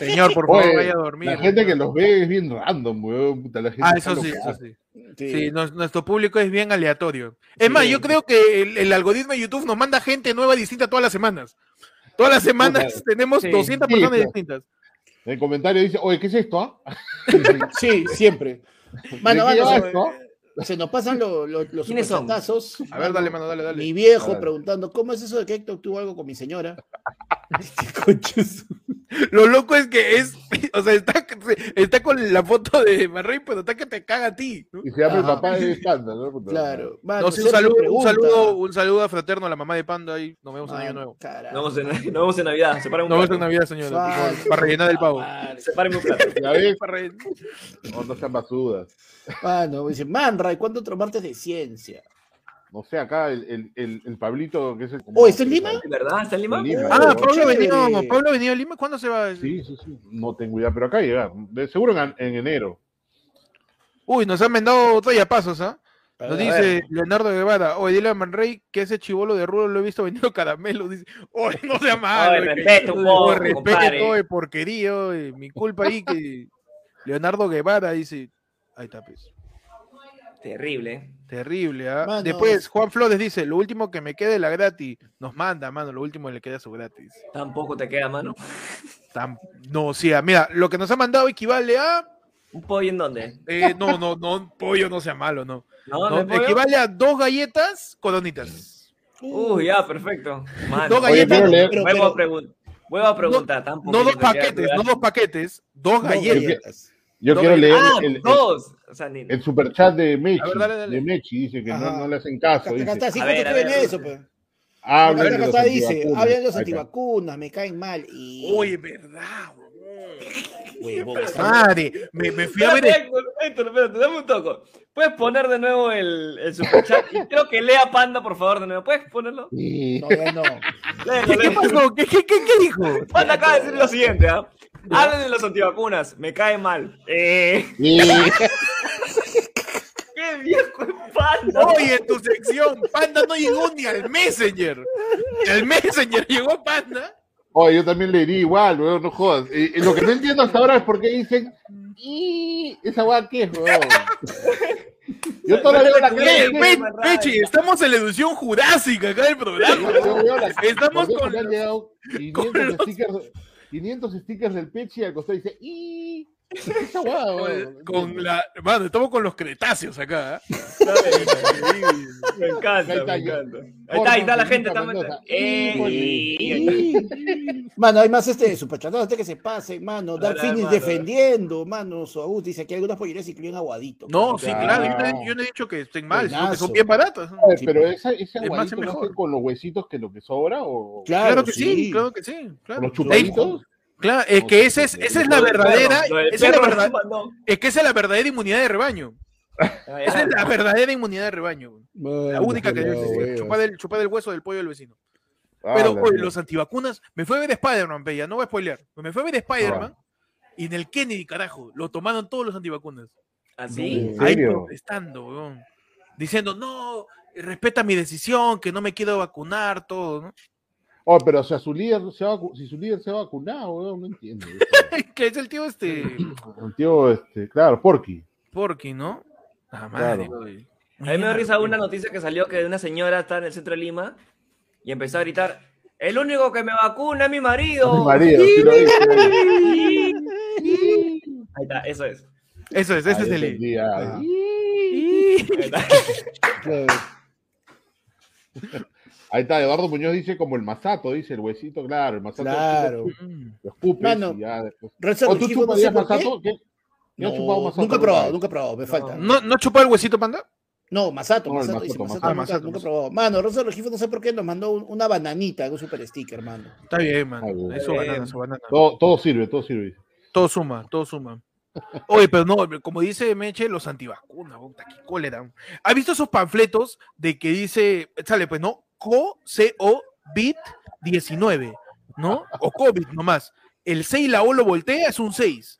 Señor, por favor, Oye, vaya a dormir. La gente que los ve es bien random, weón. Puta, la gente Ah, está eso sí, loca. eso sí. Sí, nos- nuestro público es bien aleatorio. Es más, yo creo que el, el algoritmo de YouTube nos manda gente nueva distinta todas las semanas. Todas las semanas Puta. tenemos Sí. 200 Sí, personas claro. distintas. En el comentario dice, oye, ¿qué es esto? ah? Sí, siempre. Mano, ¿De qué mano, va se, esto? se nos pasan lo- lo- los ¿Quiénes son? superchatazos. A ver, dale, mano, dale, dale. Mi viejo Dale. preguntando, ¿cómo es eso de que Héctor tuvo algo con mi señora? Este concha es- Lo loco es que es, o sea, está, está con la foto de Marrey, pero está que te caga a ti. ¿no? Y se llama el Ajá. papá de Panda, ¿no? Puta, Claro. Mano, No, sí, un Sergio saludo, un pregunta. Ah, saludo, un saludo a fraterno a la mamá de Panda y nos vemos en año Mano, nuevo. carajo. Nos vemos en, nos vemos en Navidad. Sepárame un Nos vemos plato. en Navidad, señora. por favor, Falso, para rellenar el pavo. madre. Sepárame un plato. Ya ves, Para rellenar- no, no sean basudas. Mano, dice, man, Ray, ¿cuándo otro martes de ciencia? No sé, acá el, el, el, el Pablito, que es el... Oh, ¿está en Lima? ¿De ¿Verdad? ¿Está en Lima? En Lima. Ah, Oh, Pablo ha chévere. venido, Pablo ha venido a Lima. ¿Cuándo se va? Sí, sí, sí. No tengo idea, pero acá llegar. De- seguro en, en enero. Uy, nos han mandado pasos, ¿ah? A Nos ver, a ver. dice Leonardo Guevara, oye, dile a Manrey que ese chivolo de rulo lo he visto vendiendo caramelos. Dice, oye, no sea malo. Oye, que- respeta un oye, poco, respete compadre. todo de porquería, oye, mi culpa ahí que Leonardo Guevara dice, ahí está, pues. Terrible. ¿eh? Terrible, ¿ah? Mano. Después, Juan Flores dice, lo último que me quede la gratis. Nos manda, mano, lo último que le queda su gratis. Tampoco te queda, mano. Tam- No, o sea, mira, lo que nos ha mandado equivale a... ¿Un pollo en dónde? eh, no, no, no, pollo no sea malo, no. ¿No? No, ¿No es pollo? equivale a dos galletas coronitas. Uy, ya, perfecto. Mano. Dos Oye, galletas, quiero leer- Uh, pero- Vuelvo, a pero- pregun- vuelvo a preguntar. tampoco no dos te queda paquetes, duda. no dos paquetes, dos Dos galletas. galletas. Yo No, quiero el- leer Ah, el, el, dos. O sea, ni- el superchat de Mechi. A ver, dale, dale. De Mechi, dice que no, Ajá. no le hacen caso. Acá Dice, acá está, sí, A ver, justo a estoy en ver. eso, pe. hablen Acá de los está, dice, antivacunas. hablan los Ahí está. antivacunas, me caen mal. Y... Oye, verdad. huevón, Madre, me, me fui a ver. Espérate, el- Héctor, Héctor, espérate, dame un toco. ¿Puedes poner de nuevo el, el superchat? Y Creo que lea Panda, por favor, de nuevo. ¿Puedes ponerlo? Sí. No, ya no. ¿Qué, Léelo, qué léelo. pasó? ¿Qué, qué, qué- qué dijo? Panda acaba de decir lo siguiente, ¿ah? Hablen de los antivacunas, me cae mal. Eh, Sí. ¡Qué viejo es Panda! Oye, en tu sección, Panda no llegó ni al Messenger. Ni al Messenger llegó Panda. Oye, yo también leería igual, weón, no jodas. Y, y lo que no entiendo hasta ahora es por qué dicen, y esa weá qué es, weón. Yo todavía leo la cara. Oye, de Qué Pe- maravilla. Pechi, estamos en la educación jurásica acá del programa. Yo veo la- Estamos por eso con me han los- llegado 500 con los- stickers, 500 stickers del Pechi y al costado dice, y esa weá, Con, weón. con la. Mano, estamos con los cretáceos acá. ¿eh? Me encanta, Ahí está, me yo. encanta. Ahí está, ahí está la gente. Está Mendoza. eh, Y- Mano, hay más este superchatazo, este que se pase, mano. Dale, Dark Phoenix mano. defendiendo, mano. Soaúl dice que algunas pollerías incluyen aguadito. No, Mano, sí, Ya. claro. Yo no, he- yo no he dicho que estén mal, sino que son Buenazo. bien baratas. Oye, Pero esa, ese Es más, es aguadito no mejor. hace con los huesitos que lo que sobra o Claro, que sí, claro que sí. con Claro. los chupaditos. Claro, es que esa es, esa es la verdadera, esa es la verdad- es que esa es la verdadera inmunidad de rebaño. Ah, Esa es la verdadera inmunidad de rebaño. La única que debe existir. Chupar el, chupar el hueso del pollo del vecino. Pero Ah, la oye, mierda. los antivacunas, me fue a ver Spider-Man, Peña, no voy a spoilear. Me fue a ver Spider-Man Ah. y en el Kennedy, carajo, lo tomaron todos los antivacunas. Así. ¿En Ahí serio? protestando, weón. Diciendo, no, respeta mi decisión, que no me quiero vacunar, todo, ¿no? Oh, pero o sea, su líder se va, a vacu- si su líder se ha vacunado, weón, no entiendo. que es el tío este El tío, este, claro, Porky. Porky, ¿no? Ah, madre, Claro. güey. A mí me dio risa una noticia que salió que de una señora está en el centro de Lima y empezó a gritar: El único que me vacuna es mi marido. Oh, Mi marido, sí lo dice. Ahí está, eso es. Eso es, ese Ah, es yo el. entendí, ah. Ahí está. Ahí está, Eduardo Muñoz dice como el masato, dice el huesito, claro, el masato Claro. Mm. lo escupes Mano, y ya después. Renzo ¿O tú Urquijo, no sé chuparías por qué. masato? ¿Qué? ¿Yo he No, chupado masato nunca he alguna probado, vez. nunca he probado, me falta. ¿No, ¿No chupó el huesito, panda? No, Masato, No, el Masato, dice, Masato, nunca, Masato, Masato. Ah, Masato, nunca Masato. probó. Mano, Rosa Regifo, no sé por qué, nos mandó un- una bananita, un super sticker, mano. Está bien, man. Está bien. Es su Está banana, bien. su banana. Todo, todo sirve, todo sirve. Todo suma, todo suma. Oye, pero no, como dice Meche, los antivacunas, puta, qué cólera. ¿Has visto esos panfletos de que dice, sale pues, ¿no? CO-COVID-19, ¿no? O COVID nomás. El 6 y la O lo voltea, es un 6.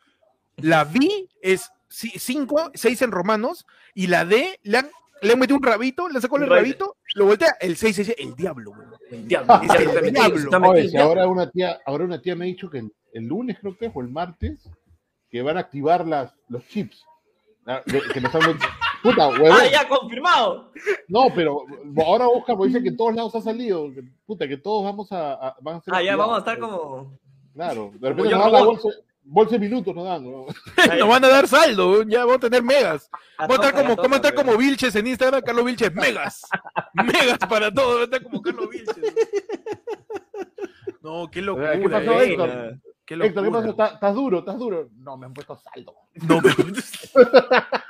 La V es 5, 6 en romanos, y la D le han, le han metido un rabito, le sacó el Un rabito. rabito, lo voltea, el 6 es el diablo, güey. El diablo, El el diablo, está metido, diablo. está Ah, Oye, metido. si ahora una tía, ahora una tía me ha dicho que el, el lunes creo que es, o el martes, que van a activar las, los chips. Ah, de- Que nos han metido. Puta, huevón. Ah, ya, confirmado. No, pero ahora Oscar me dice que en todos lados ha salido. que- Puta, que todos vamos a, a- van a ser Ah, ya, activados. vamos a estar como. Claro, de repente yo nos dan la robot. bolsa, bolsa de minutos, nos dan. huevón. Ahí. Nos van a dar saldo, güey, ya vamos a tener megas. A Va a estar tope, como, tope, ¿cómo estar weón. como Vilches en Instagram? Carlos Vilches, megas. megas para todo, va a estar como Carlos Vilches. No, qué locura. ¿Qué pasó, eh, Héctor? qué Héctor, ¿qué locura. pasó? ¿Estás estás duro? ¿Estás duro? No, me han puesto saldo. No, me...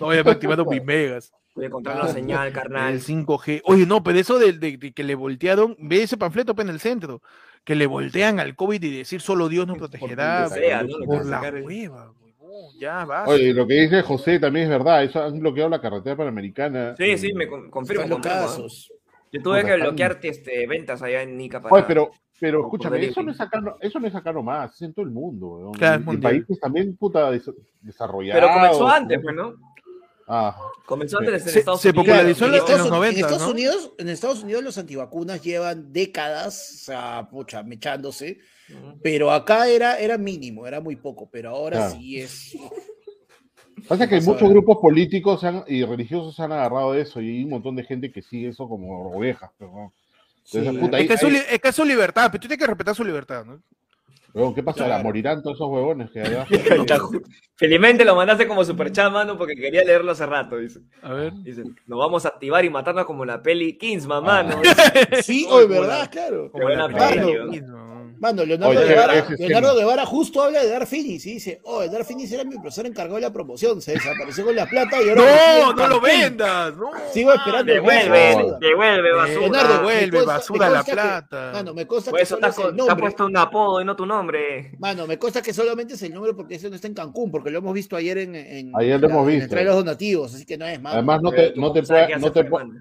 no ya me activaron mis megas. Voy a encontrar la señal, carnal. El 5G. Oye, no, pero eso del- de, de que le voltearon, ve ese panfleto pe, en el centro, que le voltean al COVID y decir solo Dios nos protegerá. donde sea, ¿no? Lo Por que la sacar el- hueva, huevón, ya va. Oye, lo que dice José también es verdad. Eso han bloqueado la carretera panamericana. Sí, sí, me con- confirmo. Están los confirmo, ¿ah? casos. Yo tuve Puta, que están- bloquear este, ventas allá en Nica para. Oye, pero, pero Por- por escúchame, delirio. eso no, es acá, no- eso no es acá nomás, es en todo el mundo. weón. Claro, es Y- y mundial. países también, puta, des- desarrollados. Pero comenzó antes, pues, ¿no? Ah, Comenzó Sí. antes en Se- Estados se Unidos. popularizó en, en Estados, los Unidos- 90, en Estados ¿no? Unidos, en Estados Unidos los antivacunas llevan décadas, o sea, pucha, mechándose, pero acá era, era mínimo, era muy poco, pero ahora Claro. sí es. pasa que Vas a muchos ver. grupos políticos han- y religiosos se han agarrado de eso y hay un montón de gente que sigue eso como ovejas. pero, weón. Entonces, Sí. puta, es, ahí- que es, su, ahí- li- es que es su libertad, pero tú tienes que respetar su libertad, ¿no? weón, ¿Qué pasará? Claro. Morirán todos esos huevones que allá. Felizmente lo mandaste como superchat, mano, porque quería leerlo hace rato. Dice, A ver. dice nos vamos a activar y matarnos como la peli Kingsman, mano. Ah. Sí, Oye, hoy, como ¿verdad? la- Claro. Como la Claro. peli. Sí, weón. no. Mano, Leonardo, Oye, Guevara, ese es Leonardo tema. Guevara justo habla de Dar Finis y dice, oh, Dar Finis era mi profesor encargado de la promoción, se desapareció con la plata y ahora... reside No, en no lo Cancún". vendas. No. Sigo esperando. Devuelve, Joda. Eh, devuelve, Leonardo, basura. güey. Devuelve, me consta- basura la me consta que- plata. Mano, me consta Por que eso solo te has, es el te has nombre. puesto un apodo y no tu nombre. Mano, me consta que solamente es el nombre porque ese no está en Cancún, porque lo hemos visto ayer en, en, Ayer lo en hemos en visto. el trailer de los donativos, así que no es mano. Además, no Pero te, tú no, te sabes pueda- qué hace no, te, Fer, pueda- mano.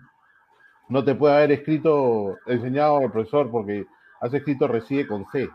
no te puede haber escrito, enseñado al profesor porque has escrito recibe con C.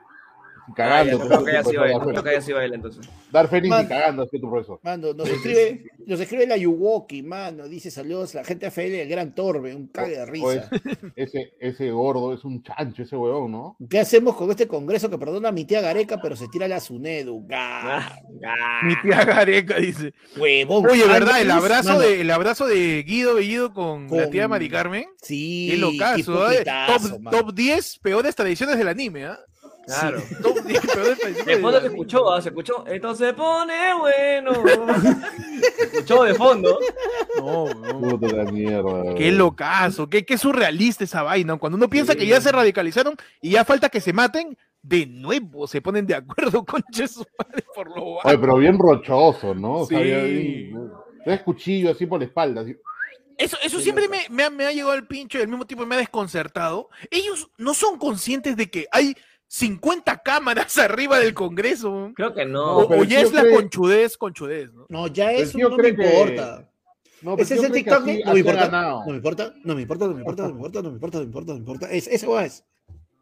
Ah, ya, Cagando. No pues, creo tu que haya sido profesor él, va a no creo hacer. que haya sido él entonces. Dar feliz Man. y cagando es que tu profesor. Mano, nos escribe, nos escribe la Yuwoki, mano, dice saludos la gente AFL del Gran Torbe, un cague de O risa. es- ese, ese gordo es un chancho, ese huevón, ¿no? ¿Qué hacemos con este congreso que perdona a mi tía Gareca, pero se tira la Sunedu? Ga, Ah, ah. Mi tía Gareca dice. huevón. Oye, Ando ¿verdad? El Cruz, abrazo mano, de, el abrazo de Guido Bellido con, la Con- tía Mari Carmen. Sí, Qué locazo, ¿eh? pitazo, Top, mano. top 10 peores tradiciones del anime, ¿ah? Claro. Top 10 peores tradiciones De del fondo se anime. escuchó, ah, se escuchó. Esto se pone bueno. Se escuchó de fondo. No, weón. Puta la mierda. huevón. Qué locazo, qué, qué surrealista esa vaina. Cuando uno piensa que ya se radicalizaron y ya falta que se maten, de nuevo se ponen de acuerdo con Jesús Padre por lo bajo. Oye, pero bien rochoso, ¿no? O sea, Sí. bien- Tres cuchillos así por la espalda. así. Eso, eso siempre me, me ha, me ha llegado al pincho y al mismo tiempo me ha desconcertado. Ellos no son conscientes de que hay 50 cámaras arriba del Congreso. Creo que O, no. pero o ya el es tío la cree- conchudez, conchudez, ¿no? No, ya El eso tío no me cree Pues que- importa. No, pero Ese yo es el creo que TikTok, así- no me así ha importa, ganado. no me importa, no me importa, no me importa, no me importa, no me importa, no me importa, no me importa. Es, ese weón es.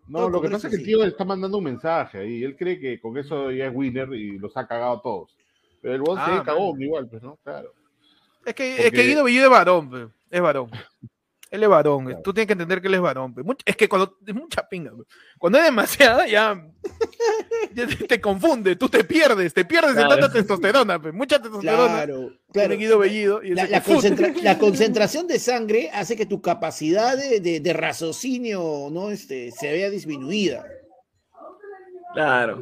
No, lo que Todo pasa es que el Congreso, tío está mandando un mensaje ahí. Él cree que con eso ya es winner y los ha cagado a todos. Pero el huevón Ah, se cagó igual, pues, ¿no? Claro. Es que, es Porque- que Guido Bellido es varón, pe. es varón. Él es varón, tú tienes que entender que él es varón. pe. Much- es que cuando es mucha pinga, pe. cuando es demasiada ya, ya te, te confunde, tú te pierdes, te pierdes Claro. en tanta testosterona, pe. mucha testosterona. Claro, tiene claro. Guido Bellido y La, se la confunde. concentra- la concentración de sangre hace que tu capacidad de, de- de raciocinio no este, se vea disminuida. Claro.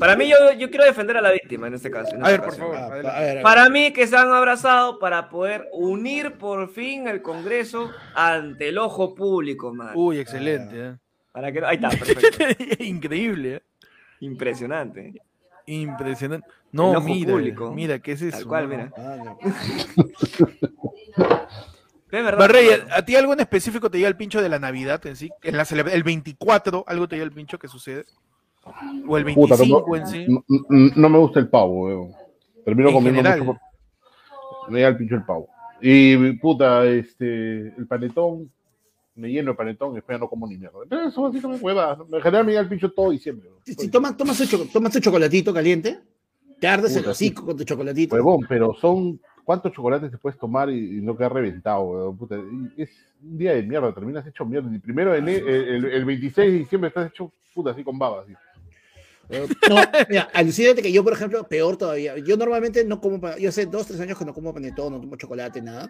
Para mí, yo, yo quiero defender a la víctima en este caso. en A esta ver, por ocasión. favor. Ah, adelante. a ver, a ver. Para mí, que se han abrazado para poder unir por fin el Congreso ante el ojo público, man. Uy, excelente. Para que... no- Ahí está, perfecto. ¿eh? Increíble. ¿eh? Impresionante. Impresionante. El No, ojo mira, público. mira, ¿qué es eso? Tal cual, No, mira. no. Ah, no. Pero es verdad. Barrey, eh, ¿a, a ti algo en específico te llega el pincho de la Navidad en sí? En la celebra- el 24, algo te llega el pincho que sucede. O el Puta, 25 en sí. No, no- no me gusta el pavo, weón. Termino En comiendo general. mucho pa- Me da el pincho el pavo. Y puta, este, el panetón, me lleno el panetón y después ya no como ni mierda. Pero eso así como hueva. En general me da el pincho todo diciembre. weón. Si, si tomas, tomas, tu cho- tomas tu chocolatito caliente, te ardes el Puta, Pues hocico con tu chocolatito. Huevón, pero son cuántos chocolates te puedes tomar y, y no quedar reventado, weón. Puta, y es un día de mierda, terminas hecho mierda. Y primero de ene- el, el, el 26 de diciembre estás hecho puta así con babas. No, mira, alucínate que yo, por ejemplo, peor todavía. Yo normalmente no como, pa- yo hace dos, tres años que no como panetón, no tomo chocolate, nada.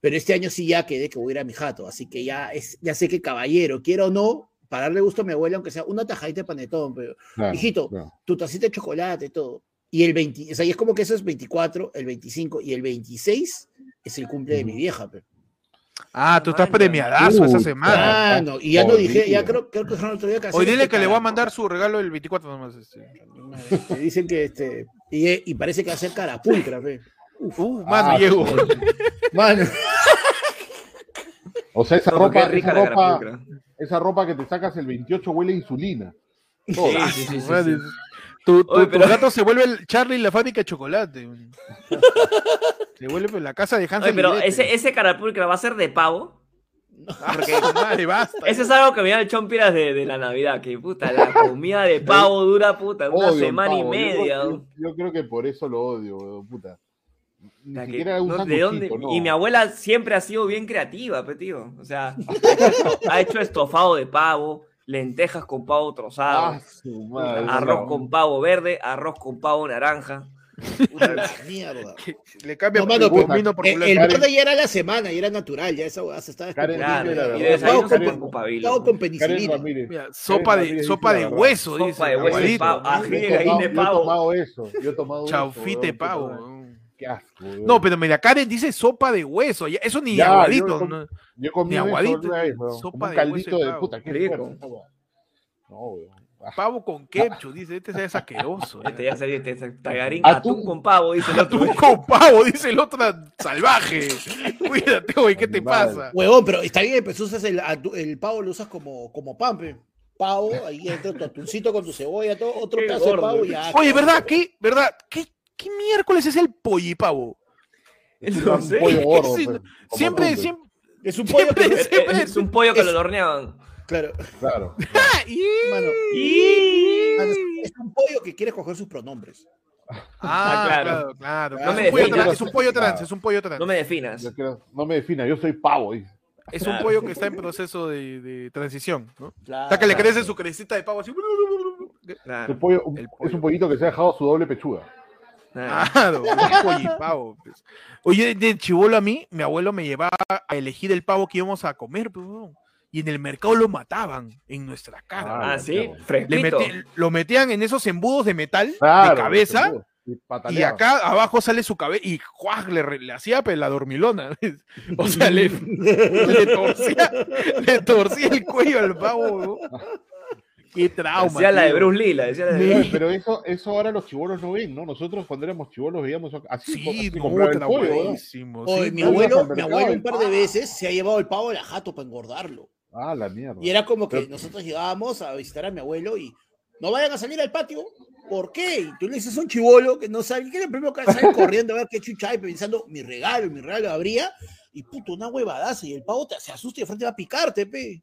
Pero este año sí ya quedé que voy a ir a mi jato. Así que ya, es, ya sé que caballero, quiero o no, para darle gusto a mi abuela, aunque sea una tajadita de panetón, pero Hijito, tu tacita de chocolate, todo. Y el 20, o sea, y es como que eso es 24, el 25 y el 26 es el cumple de mi vieja. pe. Ah, tú estás Mancha. premiadazo esa Puta. semana. Ah, Ah, no, y ya no jodido. dije, ya creo, creo que dijeron el otro día que Hoy hacen dile este que le voy a cara- mandar su regalo el 24 nomás. este. Te dicen que este, y, y parece que va a ser carapulcra, fe. Uh, ah, mano, llego. Mano, O sea, esa Todo, qué ropa, rica esa la ropa, carapulcra. esa ropa que te sacas el 28 huele a insulina. Sí, Toda. sí, sí, sí, Madre, sí. Tu, tu- Oye, tu pero- gato se vuelve el Charlie y la fábrica de chocolate. güey. se vuelve pues, la casa de Hansel. Oye, pero y Gretel. ese, ese carapulcra va a ser de pavo. Ah, su madre, basta. Eso es algo que me da el chompiras de, de la Navidad, que puta, la comida de pavo dura puta, una Odio el semana y pavo. Yo- media. Yo, ¿no? yo creo que por eso lo odio, weón, puta. Ni Puta, que siquiera un no- ¿de dónde? sanguchito, no. Y mi abuela siempre ha sido bien creativa, pe, tío. O sea, ha hecho, ha hecho estofado de pavo, lentejas con pavo trozado, Ah, su madre, arroz no. con pavo verde, arroz con pavo naranja. puta mierda. Le cambia No, mano, por pero- comino por El, culero. el Karen- verde ya era la semana, ya era natural, ya esa weá se estaba Karen- descomponiendo. la Claro, y verdad. de Pavo desayuno con, con- con papilo. Estaba con Karen penicilina. Ramírez. Mira, sopa Karen de, Ramírez sopa dice de la hueso, Sopa dice. de hueso y aguadito. pavo. Ají Yo de he tomado- gallina Ah, de Yo pavo. he tomado eso. Yo he tomado eso, Chaufite weón, pavo. puta, güey. Qué asco. weón. No, pero mira, Karen dice sopa de hueso. ya- Eso ni Ya, yo aguadito. com- ¿no? Yo he comido ni eso aguadito, una vez, weón, sopa como un de caldito hueso y de pavo. puta. Qué Rico. fuerte esa weá. No, weón. Ah, Pavo con ketchup, dice. Este es asqueroso. ya. Este ya salió, este es tagarín. Atún. Atún con pavo, dice el otro. Tú con pavo, dice el otro salvaje. Cuídate, güey, ¿qué te Animal. pasa? Huevón, pero está bien, pues usas el, atu- el pavo, lo usas como, como pan, pe. Pavo, ahí entra tu atuncito con tu cebolla, todo, otro Qué pedazo de gordo. pavo y ya. Oye, ¿verdad? ¿Qué, verdad? ¿Qué, qué miércoles es el pollipavo? No sé. Un pollo gordo, Sí, pero, como Siempre, atún, siempre. Es un pollo que... Es, siempre- es un pollo que es- lo horneaban. Claro, Claro. ¡Ah! ¡Y! mano, Y- mano, es un pollo que quiere coger sus pronombres. Ah, Ah, claro, claro. claro. No claro. me es, un pollo defina. trans, es un pollo trans, es un pollo trans. No me definas. Yo creo- no me defina, yo soy pavo. dice. Es un pollo que está en proceso de, de transición, ¿no? Ah, Claro. Hasta que le crece su crecita de pavo así. Es Claro, un pollo- un- El es pollo. un pollito que se ha dejado su doble pechuga. Claro, claro. un pollipavo. pues. Oye, de chivolo a mí, mi abuelo me llevaba a elegir el pavo que íbamos a comer, pues, weón. y en el mercado lo mataban en nuestra cara. Ah, sí, Le fresquito. metí- lo metían en esos embudos de metal, Claro, de cabeza, seguro. Y, y pataleaba. acá abajo sale su cabeza y ¡juaj! le, re- le hacía pues, la dormilona. O sea, le, le torcía, le torcía el cuello al pavo. weón. Qué trauma. Decía la de tío. Bruce Lee, la decía la de Oye, Pero eso, eso ahora los chivolos no ven, ¿no? Nosotros cuando éramos chivolos veíamos así, co- Sí, así no, compraba el pollo, ¿no? buenísimo. Oye, sí. mi tú abuelo, ibas al mi mercado abuelo y un par de ¡pah! veces se ha llevado el pavo a la jato para engordarlo. Ah, la mierda. Y era como que Pero- nosotros llegábamos a visitar a mi abuelo y no vayan a salir al patio. ¿Por qué? Y tú le dices a un chivolo que no sabe, que era el primero que sale corriendo a ver qué chucha hay, pensando, mi regalo, mi regalo habría. Y puto, una huevadaza. Y el pavo te, se asusta y de frente va a picarte, pe.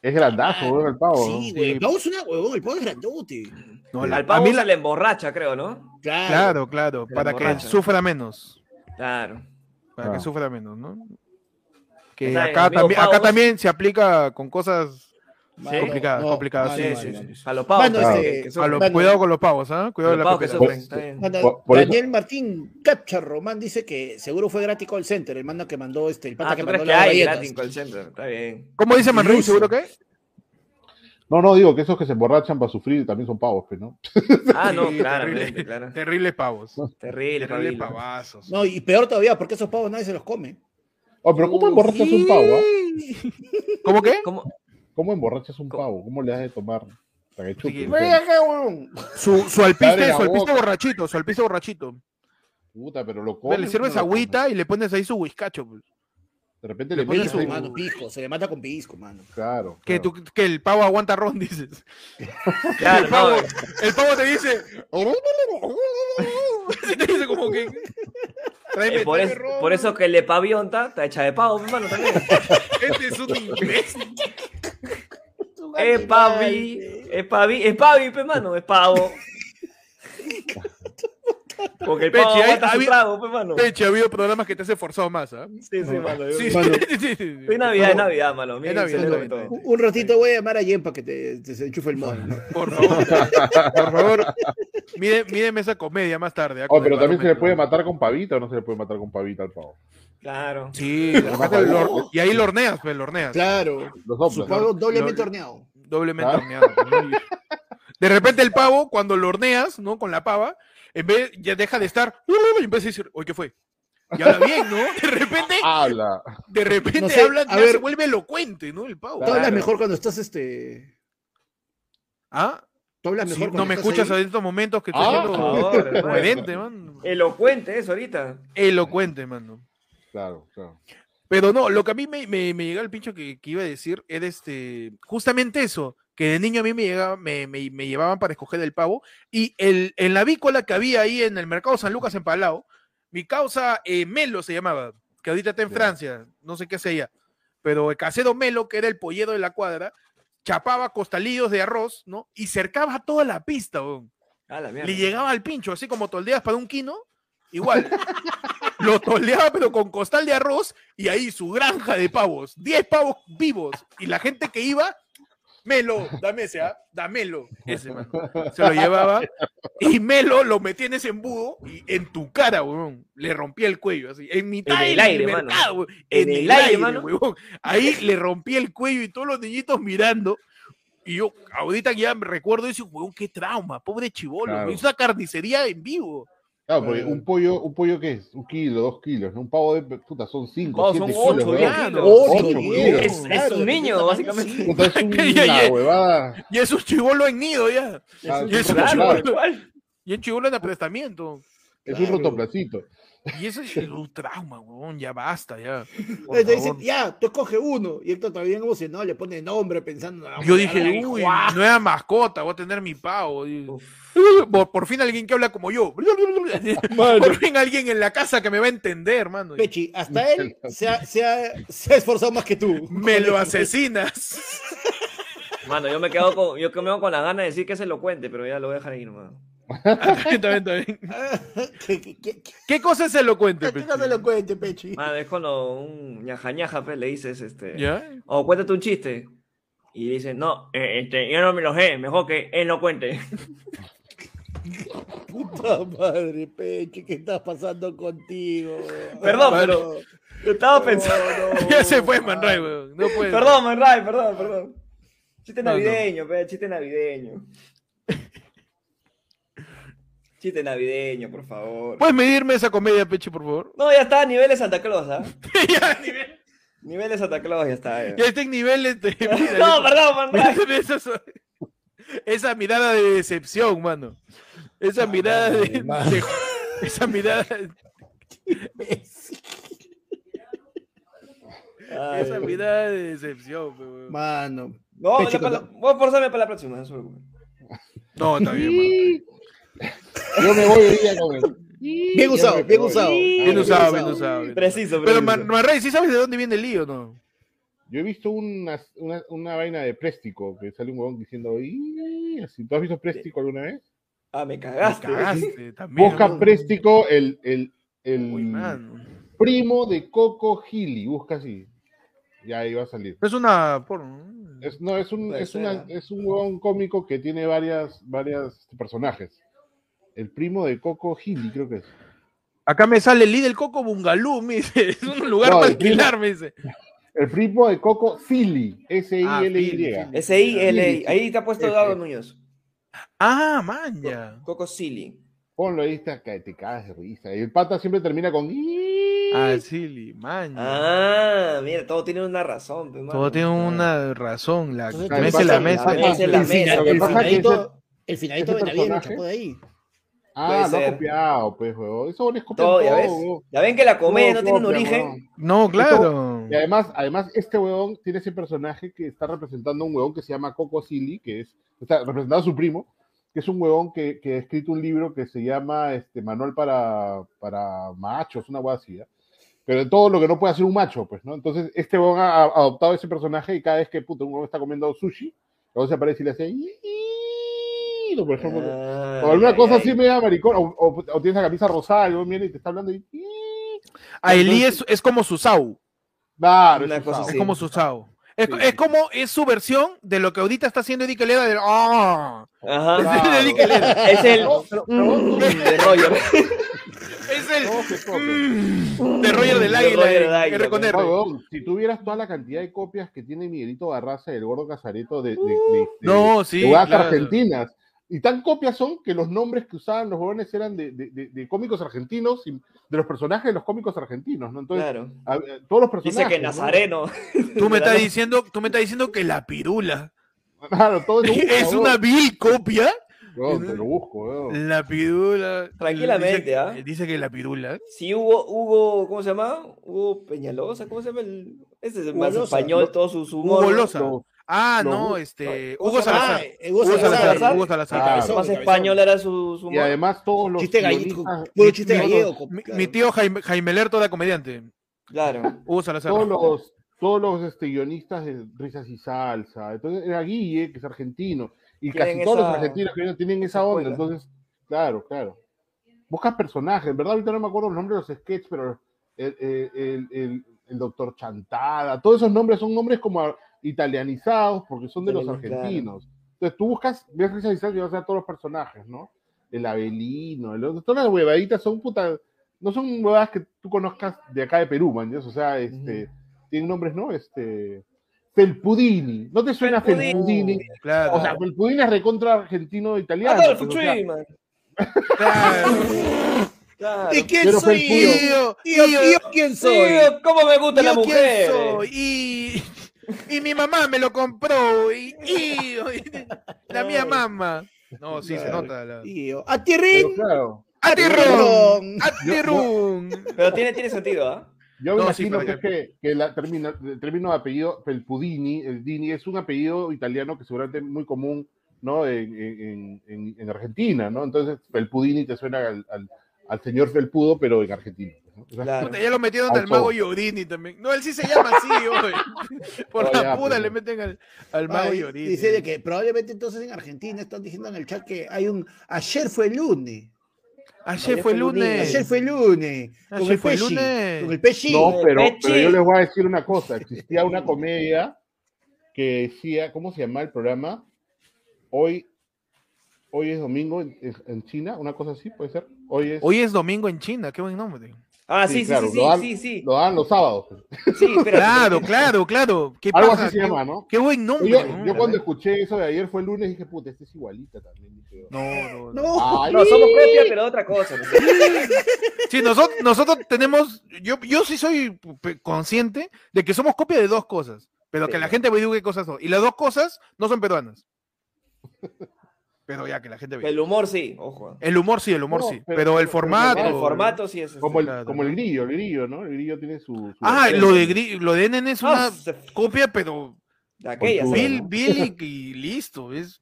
Es grandazo, weón, el pavo. ¿no? sí, güey. Sí. El pavo es una huevón, el pavo es grandote. No, la- Al a pavo mí se la- le emborracha, creo, ¿no? Claro. Claro, claro, Se para le que emborracha. sufra menos. Claro. Para que Claro. sufra menos, ¿no? Que Está bien, acá, Ah. amigo también, Pau, acá vos- también se aplica con cosas Mano, complicadas, no, complicadas. vale, sí, Sí, sí, sí, sí. vale. A los pavos. Mano, que- este, que A sufren. lo- Mano, cuidado con los pavos, ¿ah? Cuidado Los con la pavos que propiedad. sufren, está bien. Manda- Por- por eso- Daniel Martín Cacharromán dice que seguro fue gratis call center, el manda que mandó este, el pata Ah, que ¿tú mandó crees que las hay galletas. gratis call center? Está bien. ¿Cómo dice Manrey? Iluso. ¿Seguro que? No, no, digo que esos que se emborrachan para sufrir también son pavos, pero ¿no? Ah, no, Sí, terrible. claramente, claro. Terribles pavos. Terrible, Terribles Pablo. pavazos. No, y peor todavía, porque esos pavos nadie se los come. Oh, pero Uh, ¿cómo emborrachas un pavo? ah? ¿Cómo qué? ¿Cómo? ¿Cómo emborrachas un ¿Cómo? pavo? ¿Cómo le das de tomar? Para que chupe, Sí, ¿no? güey. Su, su Abre alpiste, la su alpiste boca. borrachito, su alpiste borrachito. Puta, pero lo Ve, comes. Le sirves no lo agüita y le pones ahí su whiskacho. pues. comes. De repente le le pones metes su ahí- mano, pisco, se le mata con pisco, mano. Claro. Que, claro. tú- que el pavo aguanta ron, dices. Claro, el, pavo, no, eh, el pavo te dice. Y te dice como que. eh, "Tráeme- por, tráeme es- ron". por eso que el de pavionta está hecha de pavo, mi hermano, también. Este es un imbécil. Es pavi, es pavi, es pavi, pe, mano, es pavo. Porque el pavo Pechi, ahí- aguanta su ahí- trago, pe, mano. Peche, ha habido programas que te has esforzado más, ¿ah? Sí, sí, mano. yo- Sí, sí, Mano. sí, sí, sí. Es Navidad, es Navidad, mano. Mira, Navidad, celebro es Navidad. todo. Un un ratito voy a llamar a Jen para que te, te se enchufe el móvil. ¿no? Por favor, por favor. Mide- mídeme esa comedia más tarde. ¿ah? Oh, Con pero el también se le parlamento. puede matar con pavita o no se le puede matar con pavita al pavo. Claro. Sí, lo sacas del hor- y ahí lo horneas, pues lo horneas. Oh. Claro. Su Los soplas. ¿no? pavo doblemente Lo- horneado. Doblemente Ah. horneado. De repente el pavo, cuando lo horneas, ¿no? Con la pava, en vez ya deja de estar, y empieza a decir, oye, ¿qué fue? Y habla bien, ¿no? De repente, Habla. de repente Ah, No sé, habla, a ya se ver. vuelve elocuente, ¿no? El pavo. Tú hablas Claro. mejor cuando estás este. ¿Ah? Tú hablas Sí, mejor cuando no me estás escuchas ahí. en estos momentos que estoy Ah. siendo Por favor, hermano. coherente, man. Elocuente eso ahorita. Elocuente, mano. Claro, claro. Pero no, lo que a mí me, me, me llegaba el pincho que, que iba a decir era este, justamente eso, que de niño a mí me, llegaba, me, me- me llevaban para escoger el pavo. Y el, en la avícola que había ahí en el mercado San Lucas en Palau, mi causa eh, Melo se llamaba, que ahorita está en Ya. Francia, no sé qué hace ella, pero el casero Melo, que era el pollero de la cuadra, chapaba costalillos de arroz, ¿no? Y cercaba toda la pista, weón. A la mierda. Le llegaba al pincho, así como toldeas para un quino, igual. Lo toldeaba, pero con costal de arroz y ahí su granja de pavos. 10 pavos vivos. Y la gente que iba, Melo, dame ese, ¿ah? damelo. Ese, mano. Se lo llevaba. Y Melo lo metía en ese embudo y en tu cara, weón. Le rompía el cuello, así. En mitad En el del aire, mano. mercado, weón. En En, el el, aire, aire, mano. weón. Ahí le rompía el cuello y todos los niñitos mirando. Y yo, ahorita ya me recuerdo eso, weón, qué trauma, pobre chivolo. Claro. Me hizo una carnicería en vivo. Claro, porque Claro. un pollo, un pollo que es un kilo, dos kilos, ¿no? Un pavo de puta son cinco, Pavos son siete ocho, kilos. ya. ¿no? Claro. Ocho, Oye, diez. Dios, Es- es claro, un de niño, tamaño, básicamente. sí. Puta, es Ya, ya. una huevada. Y es un chivolo en nido ya. Ah, Y es un claro, chivolo. claro. igual. Y un chivolo en aprestamiento. Es Claro. un rotoplacito. Y eso es un trauma, weón, ya basta, ya. Por Entonces te dicen, favor. ya, tú escoge uno. Y Héctor todavía emocionado le pone nombre pensando. "Ah, Yo weón, dije, ahí, uy, guau". nueva mascota, voy a tener mi pavo. Y- Por, por fin alguien que habla como yo. Por fin alguien en la casa que me va a entender, mano. Pechi, hasta él se ha, se ha- se ha esforzado más que tú. Me lo asesinas. Mano, yo me quedo con, yo me quedo con la gana de decir que es elocuente, pero ya lo voy a dejar ir, mano. También, también, también. ¿Qué, qué, qué, qué, ¿Qué cosa es elocuente? qué Pechi? cosa lo cuente, Pechi? Mano, es cuando un ñaja ñaja, pe, le dices, este, ¿Ya? o cuéntate un chiste. Y le dices, no, eh, este, yo no me lo sé, mejor que él no cuente. Puta madre, Pechi, ¿qué estás pasando contigo? Perdón, Ah, pero- Yo estaba pensando. no, Ya se fue, no. Manray, weón. No puede. Perdón, Manray, perdón, perdón. Chiste Oh, No, no. navideño, pe, chiste navideño. Chiste navideño, por favor. ¿Puedes medirme esa comedia, Peche, por favor? No, ya está, nivel de Santa Claus, ¿ah? ya, nivel- Nivel de Santa Claus, ya está. ya. ya está en este, niveles de. No, perdón, Manray. Esa- Esa mirada de decepción, mano. Esa mirada de. de- Esa mirada. Ay, Esa mirada de decepción, weón. Mano, No, Pechi, ya para la- cosa- voy a forzarme para la próxima. no se preocupe. No, está bien, mano. Yo me voy hoy día con él. bien usado, bien Bien usado. usado, bien usado. bien usado. Preciso, Pero preciso. Man- Manray, ¿sí sabes de dónde viene el lío, no? Yo he visto una, una, una vaina de plástico que sale un huevón diciendo, "Y", así. ¿Tú has visto plástico alguna vez? Ah, me Me cagaste. cagaste también. Busca ¿no? plástico el, el, el Uy, mano. primo de Coco Gili. Busca así. Ya ahí va a salir. Es una. porno, ¿no? Es, no, es un, Puede es, ser, una, ¿ah? es un huevón cómico que tiene varias, varias personajes. El primo de Coco Gili, creo que es. Acá me sale Lidl Coco Bungalú, me dice. Es un lugar No, para el primo- alquilar, me dice. El primo de Coco Silly, Ah, S-I-L-Y. Silly, Silly. S-I-L. Ahí te ha puesto Ese. Eduardo Núñez. Ah, maña. Coco Silly. Ponlo ahí, está, que te cagas de risa. Y el pata siempre termina con. "Ii". Así, Limaña. Ah, mira, todo tiene una razón. pe, mano. Ah. Todo tiene una razón. La Entonces, mesa pasa es la que- mesa. ah, Esa es la el mesa. fina- el El Lo que pasa finalito- finadito, el finadito ese Benavides lo personaje- chapó de ahí. Ah, Puede lo ha ser. copiado, pues, huevón. Eso les copian Todo, todo, ya ves. huevón. Ya ven que la comedia no Todo tiene un copian, origen. huevón. No, claro. Y además, además, este huevón tiene ese personaje que está representando a un huevón que se llama Coco Silly, que es, está representado a su primo, que es un huevón que, que ha escrito un libro que se llama este, Manual para, para Machos, una hueá así, ¿ya? Pero de todo lo que no puede hacer un macho, pues, ¿no? Entonces, este huevón ha, ha adoptado ese personaje y cada vez que puto, un huevón está comiendo sushi, luego se aparece y le hace... "Iiiiiiiiiiiiiiiiiiiiiiiiiiiiiiiiiiiiiiiiiiiiiiiiiiido, por ejemplo, Ah, o alguna ya, cosa ya, así ya. media maricón, o, o- o tienes la camisa rosada, y luego viene y te está hablando y... A Eli Ah, es, es como Susau. Claro, Una eso cosa es- Es Sí. como Susao. Es, Sí. es como es su versión de lo que ahorita está haciendo Eddie Calera del ¡Ah! Ajá. Claro. Eddie Calera. Es el No, pero- pero vos- mm, de Roger. Es el no, que copia. mm, de Roger del De Águila Roger de del Águila, R con No, R. huevón, si tuvieras toda la cantidad de copias que tiene Miguelito Barraza y el gordo Casareto de, de, de- de- No, sí, de huevadas claro. argentinas. Y tan copias son que los nombres que usaban los jóvenes eran de, de- de- de cómicos argentinos, y de los personajes de los cómicos argentinos, ¿no? Entonces, Claro. a- a- todos los personajes. Dice que ¿no? Nazareno. Tú me estás Claro. diciendo, tú me estás diciendo que la pirula Claro, todo eso, es huevón, una vil copia. huevón, te lo busco, huevón. La pirula. Tranquilamente, Dice- ¿ah? Dice que la pirula. Sí, Hugo, Hugo, ¿cómo se llama? Hugo Peñalosa, ¿cómo se llama? El... Ese es el Hugo más Loza. español, todo su su humor. Hugo Loza. Los- Ah, los no, Hugo- este. ¿Cómo Hugo se llama? Salazar. Eh, Hugo Hugo Salazar. Salazar. Hugo Salazar. Ah, El Cabezón, más cabezón. español era su, su humor. Y además todos los. Chiste gallito, guionistas- puro mi- chiste mi- gallego. co- Mi, claro. mi tío Jaime, Jaime Lerto era comediante. Claro. Ah, Hugo Salazar. todos los, todos los este, guionistas de Risas y Salsa. Entonces era Guille, que es argentino. Y Tienen casi todos los esa- argentinos que tienen esa esa onda. escuela. Entonces, claro, claro. Buscas personajes. En verdad, ahorita no me acuerdo los nombres de los sketches, pero el, el, el, el- el doctor Chantada, todos esos nombres son nombres como a- italianizados porque son de los Italian- claro. argentinos. Entonces tú buscas, ves Risas y Salsa y vas a ver todos los personajes, ¿no? El Abelino, el otro- todas las huevaditas son putas no son huevadas que tú conozcas de acá de Perú, man, ¿ya? o sea, este, tienen nombres, ¿no? Este, Felpudini, ¿no te suena Felpudini. Felpudini? Claro. O sea, Felpudini es recontra argentino italiano. Adolfo pues, o sea, Schwiman. claro. Claro. ¿Y quién Pero fue soy el tío. yo? ¿Yo, yo quién Sí, soy? ¿Cómo me gusta la ¿Yo quién mujer? soy? Y, y mi mamá me lo compró. Y, y- la mía mamá. No, sí, se Claro. nota. La... Y yo, pero ¡Atirrín! claro, ¡Atirrón! ¡Atirrún! Pero tiene, tiene sentido, ¿ah? yo me No, sí, imagino pero- pues, que, que la termina- el término de apellido Felpudini, el Dini, es un apellido italiano que seguramente es muy común, ¿no? En, en- en- en Argentina, ¿no? Entonces, Felpudini te suena al, al- al señor Felpudo, pero en Argentina. ¿no? O sea, Claro. Puta, ya lo metieron Al al mago todo. Yorini también. No, él sí se llama así hoy. Por No, la ya, puta pero- le meten al, al mago Ay, Yorini. dice de que probablemente entonces en Argentina están diciendo en el chat que hay un. Ayer fue lunes. Ayer fue lunes. Ayer fue lunes. Con Ayer el fue pechi. lunes. Con el pechi. No, pero, Pechi. pero yo les voy a decir una cosa. Existía una comedia que decía, ¿cómo se llamaba el programa? Hoy, hoy es domingo en, en China, una cosa así, puede ser. Hoy es. Hoy es domingo en China, qué buen nombre. Ah, Sí, sí, sí, claro, sí, lo dan- sí, sí, sí. Lo dan los sábados. Sí, espérate. Claro, claro, claro. ¿Qué Algo pasa? así se Qué- llama, ¿no? Qué buen Yo, nombre. ¿no? yo cuando escuché eso de ayer fue el lunes dije, puta, este es igualita también. dije, No, no, no. No. Ay, No, somos copia, pero otra cosa. ¿no? Sí, nosotros, nosotros tenemos, yo, yo sí soy pe- consciente de que somos copia de dos cosas, pero que Sí. la gente me diga qué cosas son. Y las dos cosas no son peruanas. Pero ya que la gente ve. El humor sí, ojo. El humor sí, el humor No, sí, pero- pero el pero- formato. El formato sí es. Como Claro. el, como el grillo, el grillo, ¿no? El grillo tiene su. su- Ah, lo de, Gri- lo de NN es una Ah, se- copia, pero de aquella, Con ¿sabes, Bill, no? Bill y, y listo, es,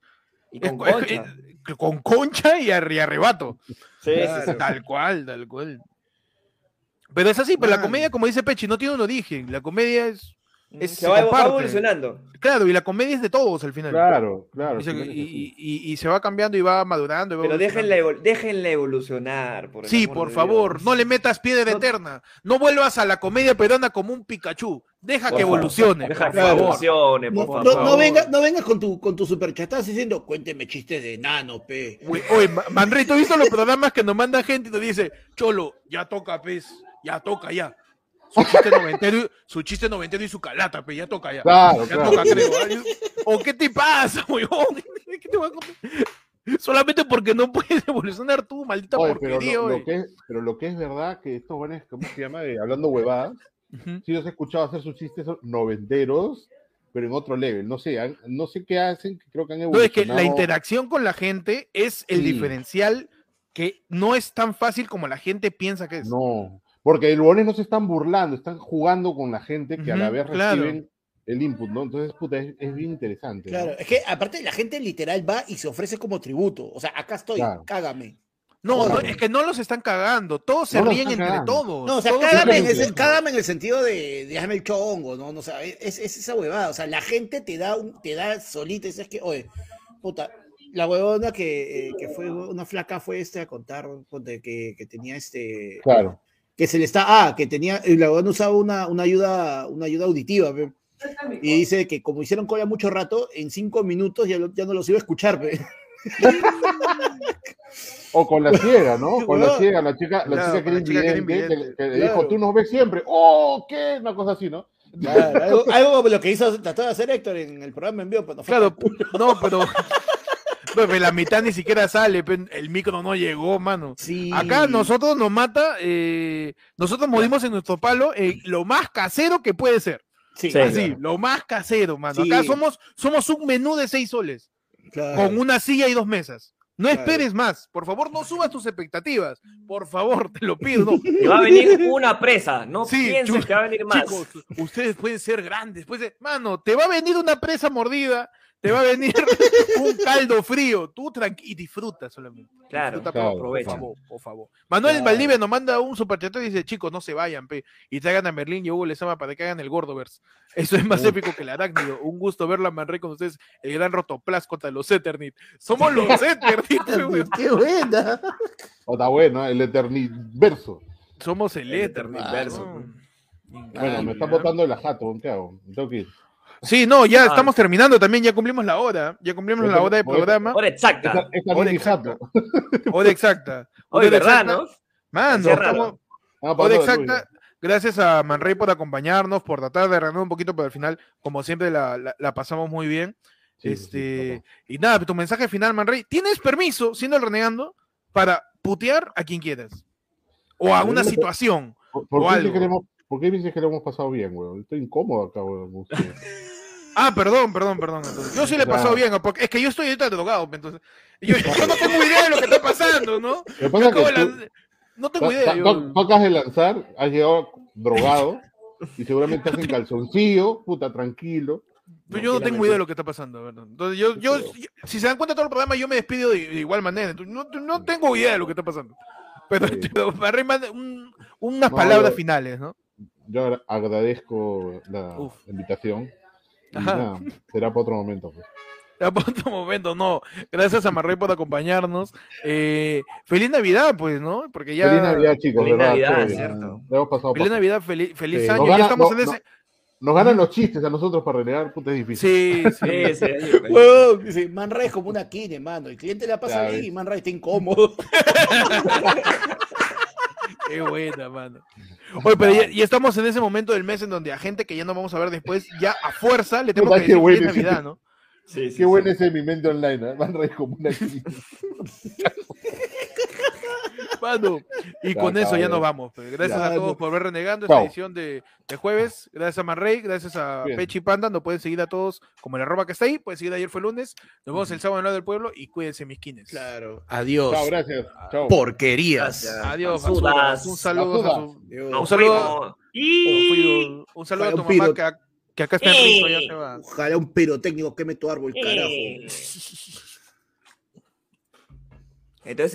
Y es- con es- concha. es- con concha y, ar- y arrebato. Sí, sí, sí. Claro. Tal cual, tal cual. Pero es así, pero la Vale. comedia, como dice Pechi, no tiene un origen. La comedia es. es- Mm, se se va, va comparte. evolucionando. Claro, y la comedia es de todos al final. Claro, claro. Y se, tiene y- que sí. y- y- y se va cambiando y va madurando. y va Pero déjenla, evolucionando. evol- déjenla evolucionar. Por el Sí, amor por de favor, Dios. no le metas piedra No- eterna. No vuelvas a la comedia peruana como un Pikachu. Deja Por que favor. evolucione. Deja por que favor. evolucione, No, por no, favor. no vengas no vengas con tu, con tu superchataz diciendo, cuénteme chistes de nano, pe. Uy, Oye, Ma- Manrito, ¿has visto los programas que nos manda gente y nos dice, Cholo, ya toca, pez, ya toca, ya. Su chiste noventero, y- su chiste noventero y su calata, pez, ya toca, ¿eh? ya. Claro, ya claro. Oh, toca, creo. Ay, ¿O qué te pasa, huevón? ¿Qué te va a comer? Solamente porque no puedes evolucionar tú, maldita Oye, pero, porquería, lo, lo oye. que es, pero lo que es verdad que estos buenos, ¿cómo se llama? De hablando huevadas, Ujú. sí los he escuchado hacer sus chistes noventeros, pero en otro level. No sé, han- no sé qué hacen, que creo que han No, es evolucionado. que la interacción con la gente es el Sí. diferencial que no es tan fácil como la gente piensa que es. No, porque los buenos no se están burlando, están jugando con la gente que a la Ujú, vez claro. reciben el input, ¿no? Entonces, puta, es, es bien interesante. ¿no? Claro, es que aparte la gente literal va y se ofrece como tributo. O sea, acá estoy, Claro. cágame. No, no, Claro. es que no los están cagando, todos se No los ríen están entre cagando. todos. No, o sea, todos cágame en, diferentes, ese- ¿no? cágame en el sentido de, de hazme el chongo, ¿no? no o sea, es, es esa huevada. O sea, la gente te da, un, te da solita. Es que, oye, puta, la huevona que, eh, que fue una flaca fue este a contar ponte, que, que tenía este. Claro. Que se le está. Ah, que tenía. y La huevona usaba una, una, ayuda, una ayuda auditiva, pe. Y dice que como hicieron cola mucho rato, en cinco minutos ya, lo- ya no los iba a escuchar, pe. O con la ciega, ¿no? Con la Huevón. ciega, la chica, la Claro, chica que con era la chica que era invidente, que, invidente. que le Claro. dijo, tú nos ves siempre. ¡Oh, qué! Una cosa así, ¿no? Claro, algo, algo como lo que hizo, trató de hacer Héctor en el programa en vivo, cuando fue Claro, no, pero. no, pero la mitad ni siquiera sale, pe, el micro no llegó, mano. Sí. Acá nosotros nos mata, eh, nosotros morimos en nuestro palo eh, lo más casero que puede ser. Sí, Sí. Así, lo más casero, mano. Acá Sí. somos, somos un menú de seis soles. claro. con una silla y dos mesas. No Claro. esperes más. Por favor, no subas tus expectativas. Por favor, te lo pido. no. Te va a venir una presa, no Sí, pienses chu- que va a venir más. Chicos, ustedes pueden ser grandes. Pueden ser- Mano, te va a venir una presa mordida. Te va a venir un caldo frío. Tú tranqui y disfruta solamente. Claro, Disfruta, Claro, por, por aprovecha. favor, por favor. Manuel Claro. Valdivia nos manda un superchat y dice, chicos, no se vayan, pe. Y traigan a Merlín y a Hugo Lezama para que hagan el Gordoverse. Eso es más Uf. épico que el arácnido. Un gusto verlo a Manrey con ustedes. El gran rotoplas contra los Eternit. Somos los Eternit, pe, weón. Qué buena. O está bueno, ¿eh? el Eterniverso. Somos el, El Eterniverso. Eterniverso. Ah, Bueno, ¿eh? me están botando la jato, ¿qué hago? Me tengo que ir. Sí, no, ya Ah. estamos terminando también, ya cumplimos la hora, ya cumplimos Voy la por- hora de voy por- programa, Hora Esta, exacta. esta no es Hora mi exacta. jato. hora exacta. Hoy, Hora ¿verdad, exacta. no? Mano, Qué raro. estamos- Ah, hora perdón, exacta. Gracias a Manrey por acompañarnos, por tratar de arreglar un poquito, pero al final, como siempre, la, la- la pasamos muy bien. Sí, sí, este, sí, y nada, tu mensaje final, Manrey, tienes permiso, siendo el renegando, para putear a quien quieras. O a Pero una no- situación. ¿Por, o por qué dices algo. que le hemos, ¿Por qué dices que le hemos pasado bien, weón? Estoy incómodo acá, weón. con usted. Ah, perdón, perdón, perdón. entonces. Yo sí le he pasado Claro. bien, porque es que yo estoy ahorita drogado, pues, entonces. Yo, yo no tengo idea de lo que está pasando, ¿no? Lo que Yo pasa es acabo de que tú- lan- No tengo Ta- idea. ta- yo- to- Tocas de lanzar, has llegado drogado y seguramente estás en calzoncillo, puta, tranquilo. Pero yo no tengo idea de lo que está pasando, ¿verdad? Entonces, yo, yo, yo- si se dan cuenta todo el programa, yo me despido de, de igual manera. Entonces, no, no tengo idea de lo que está pasando. Pero, Está bien. pero Barry manda un- unas No, palabras yo- finales, ¿no? Yo agra- agradezco la Uf. invitación. Y Ajá. nada, será para otro momento. pues. A otro momento, no. Gracias a Marrey por acompañarnos. Eh, feliz Navidad, pues, ¿no? Porque ya. Feliz Navidad, chicos, Feliz ¿verdad? Navidad, Todo es bien. cierto. Le hemos pasado Feliz paso. Navidad, feliz, feliz Sí, año. nos Ya gana- estamos no- en no- ese. Nos ganan los chistes a nosotros para relegar, puta, es Sí, difícil. sí. Sí, sí, sí, ok. Huevón, dice, Man Ray es como una quine, mano. El cliente la pasa Ya bien ves. y Man Ray está incómodo. Qué buena, mano. Oye, pero ya, ya estamos en ese momento del mes en donde a gente que ya no vamos a ver después, ya a fuerza le tengo que Puta, qué decir feliz bueno. Navidad, ¿no? Sí, sí, Qué sí. bueno ese mi mente online, ¿eh? van a reír como una chica. Mano, y Ya, con eso ya cabrón. nos vamos. pues. Gracias Ya. a todos por ver renegando esta Chao. edición de, de jueves. Gracias a Manrey, gracias a Bien. Pechi Panda. Nos pueden seguir a todos como el arroba que está ahí. Pueden seguir ayer fue lunes. Nos vemos el sábado en el lado del pueblo y cuídense mis quines. Claro. Adiós. Chao, gracias. Ah. Chao. Porquerías. Gracias. Adiós, Basuras. basuras. Un saludo a su- Nos Un saludo. fuimos. Y... un- Un saludo a Fue tu un mamá pido. que, a- que acá está en riso, ya Eh. se va. Ojalá un pirotécnico queme tu árbol, carajo. Eh. Entonces...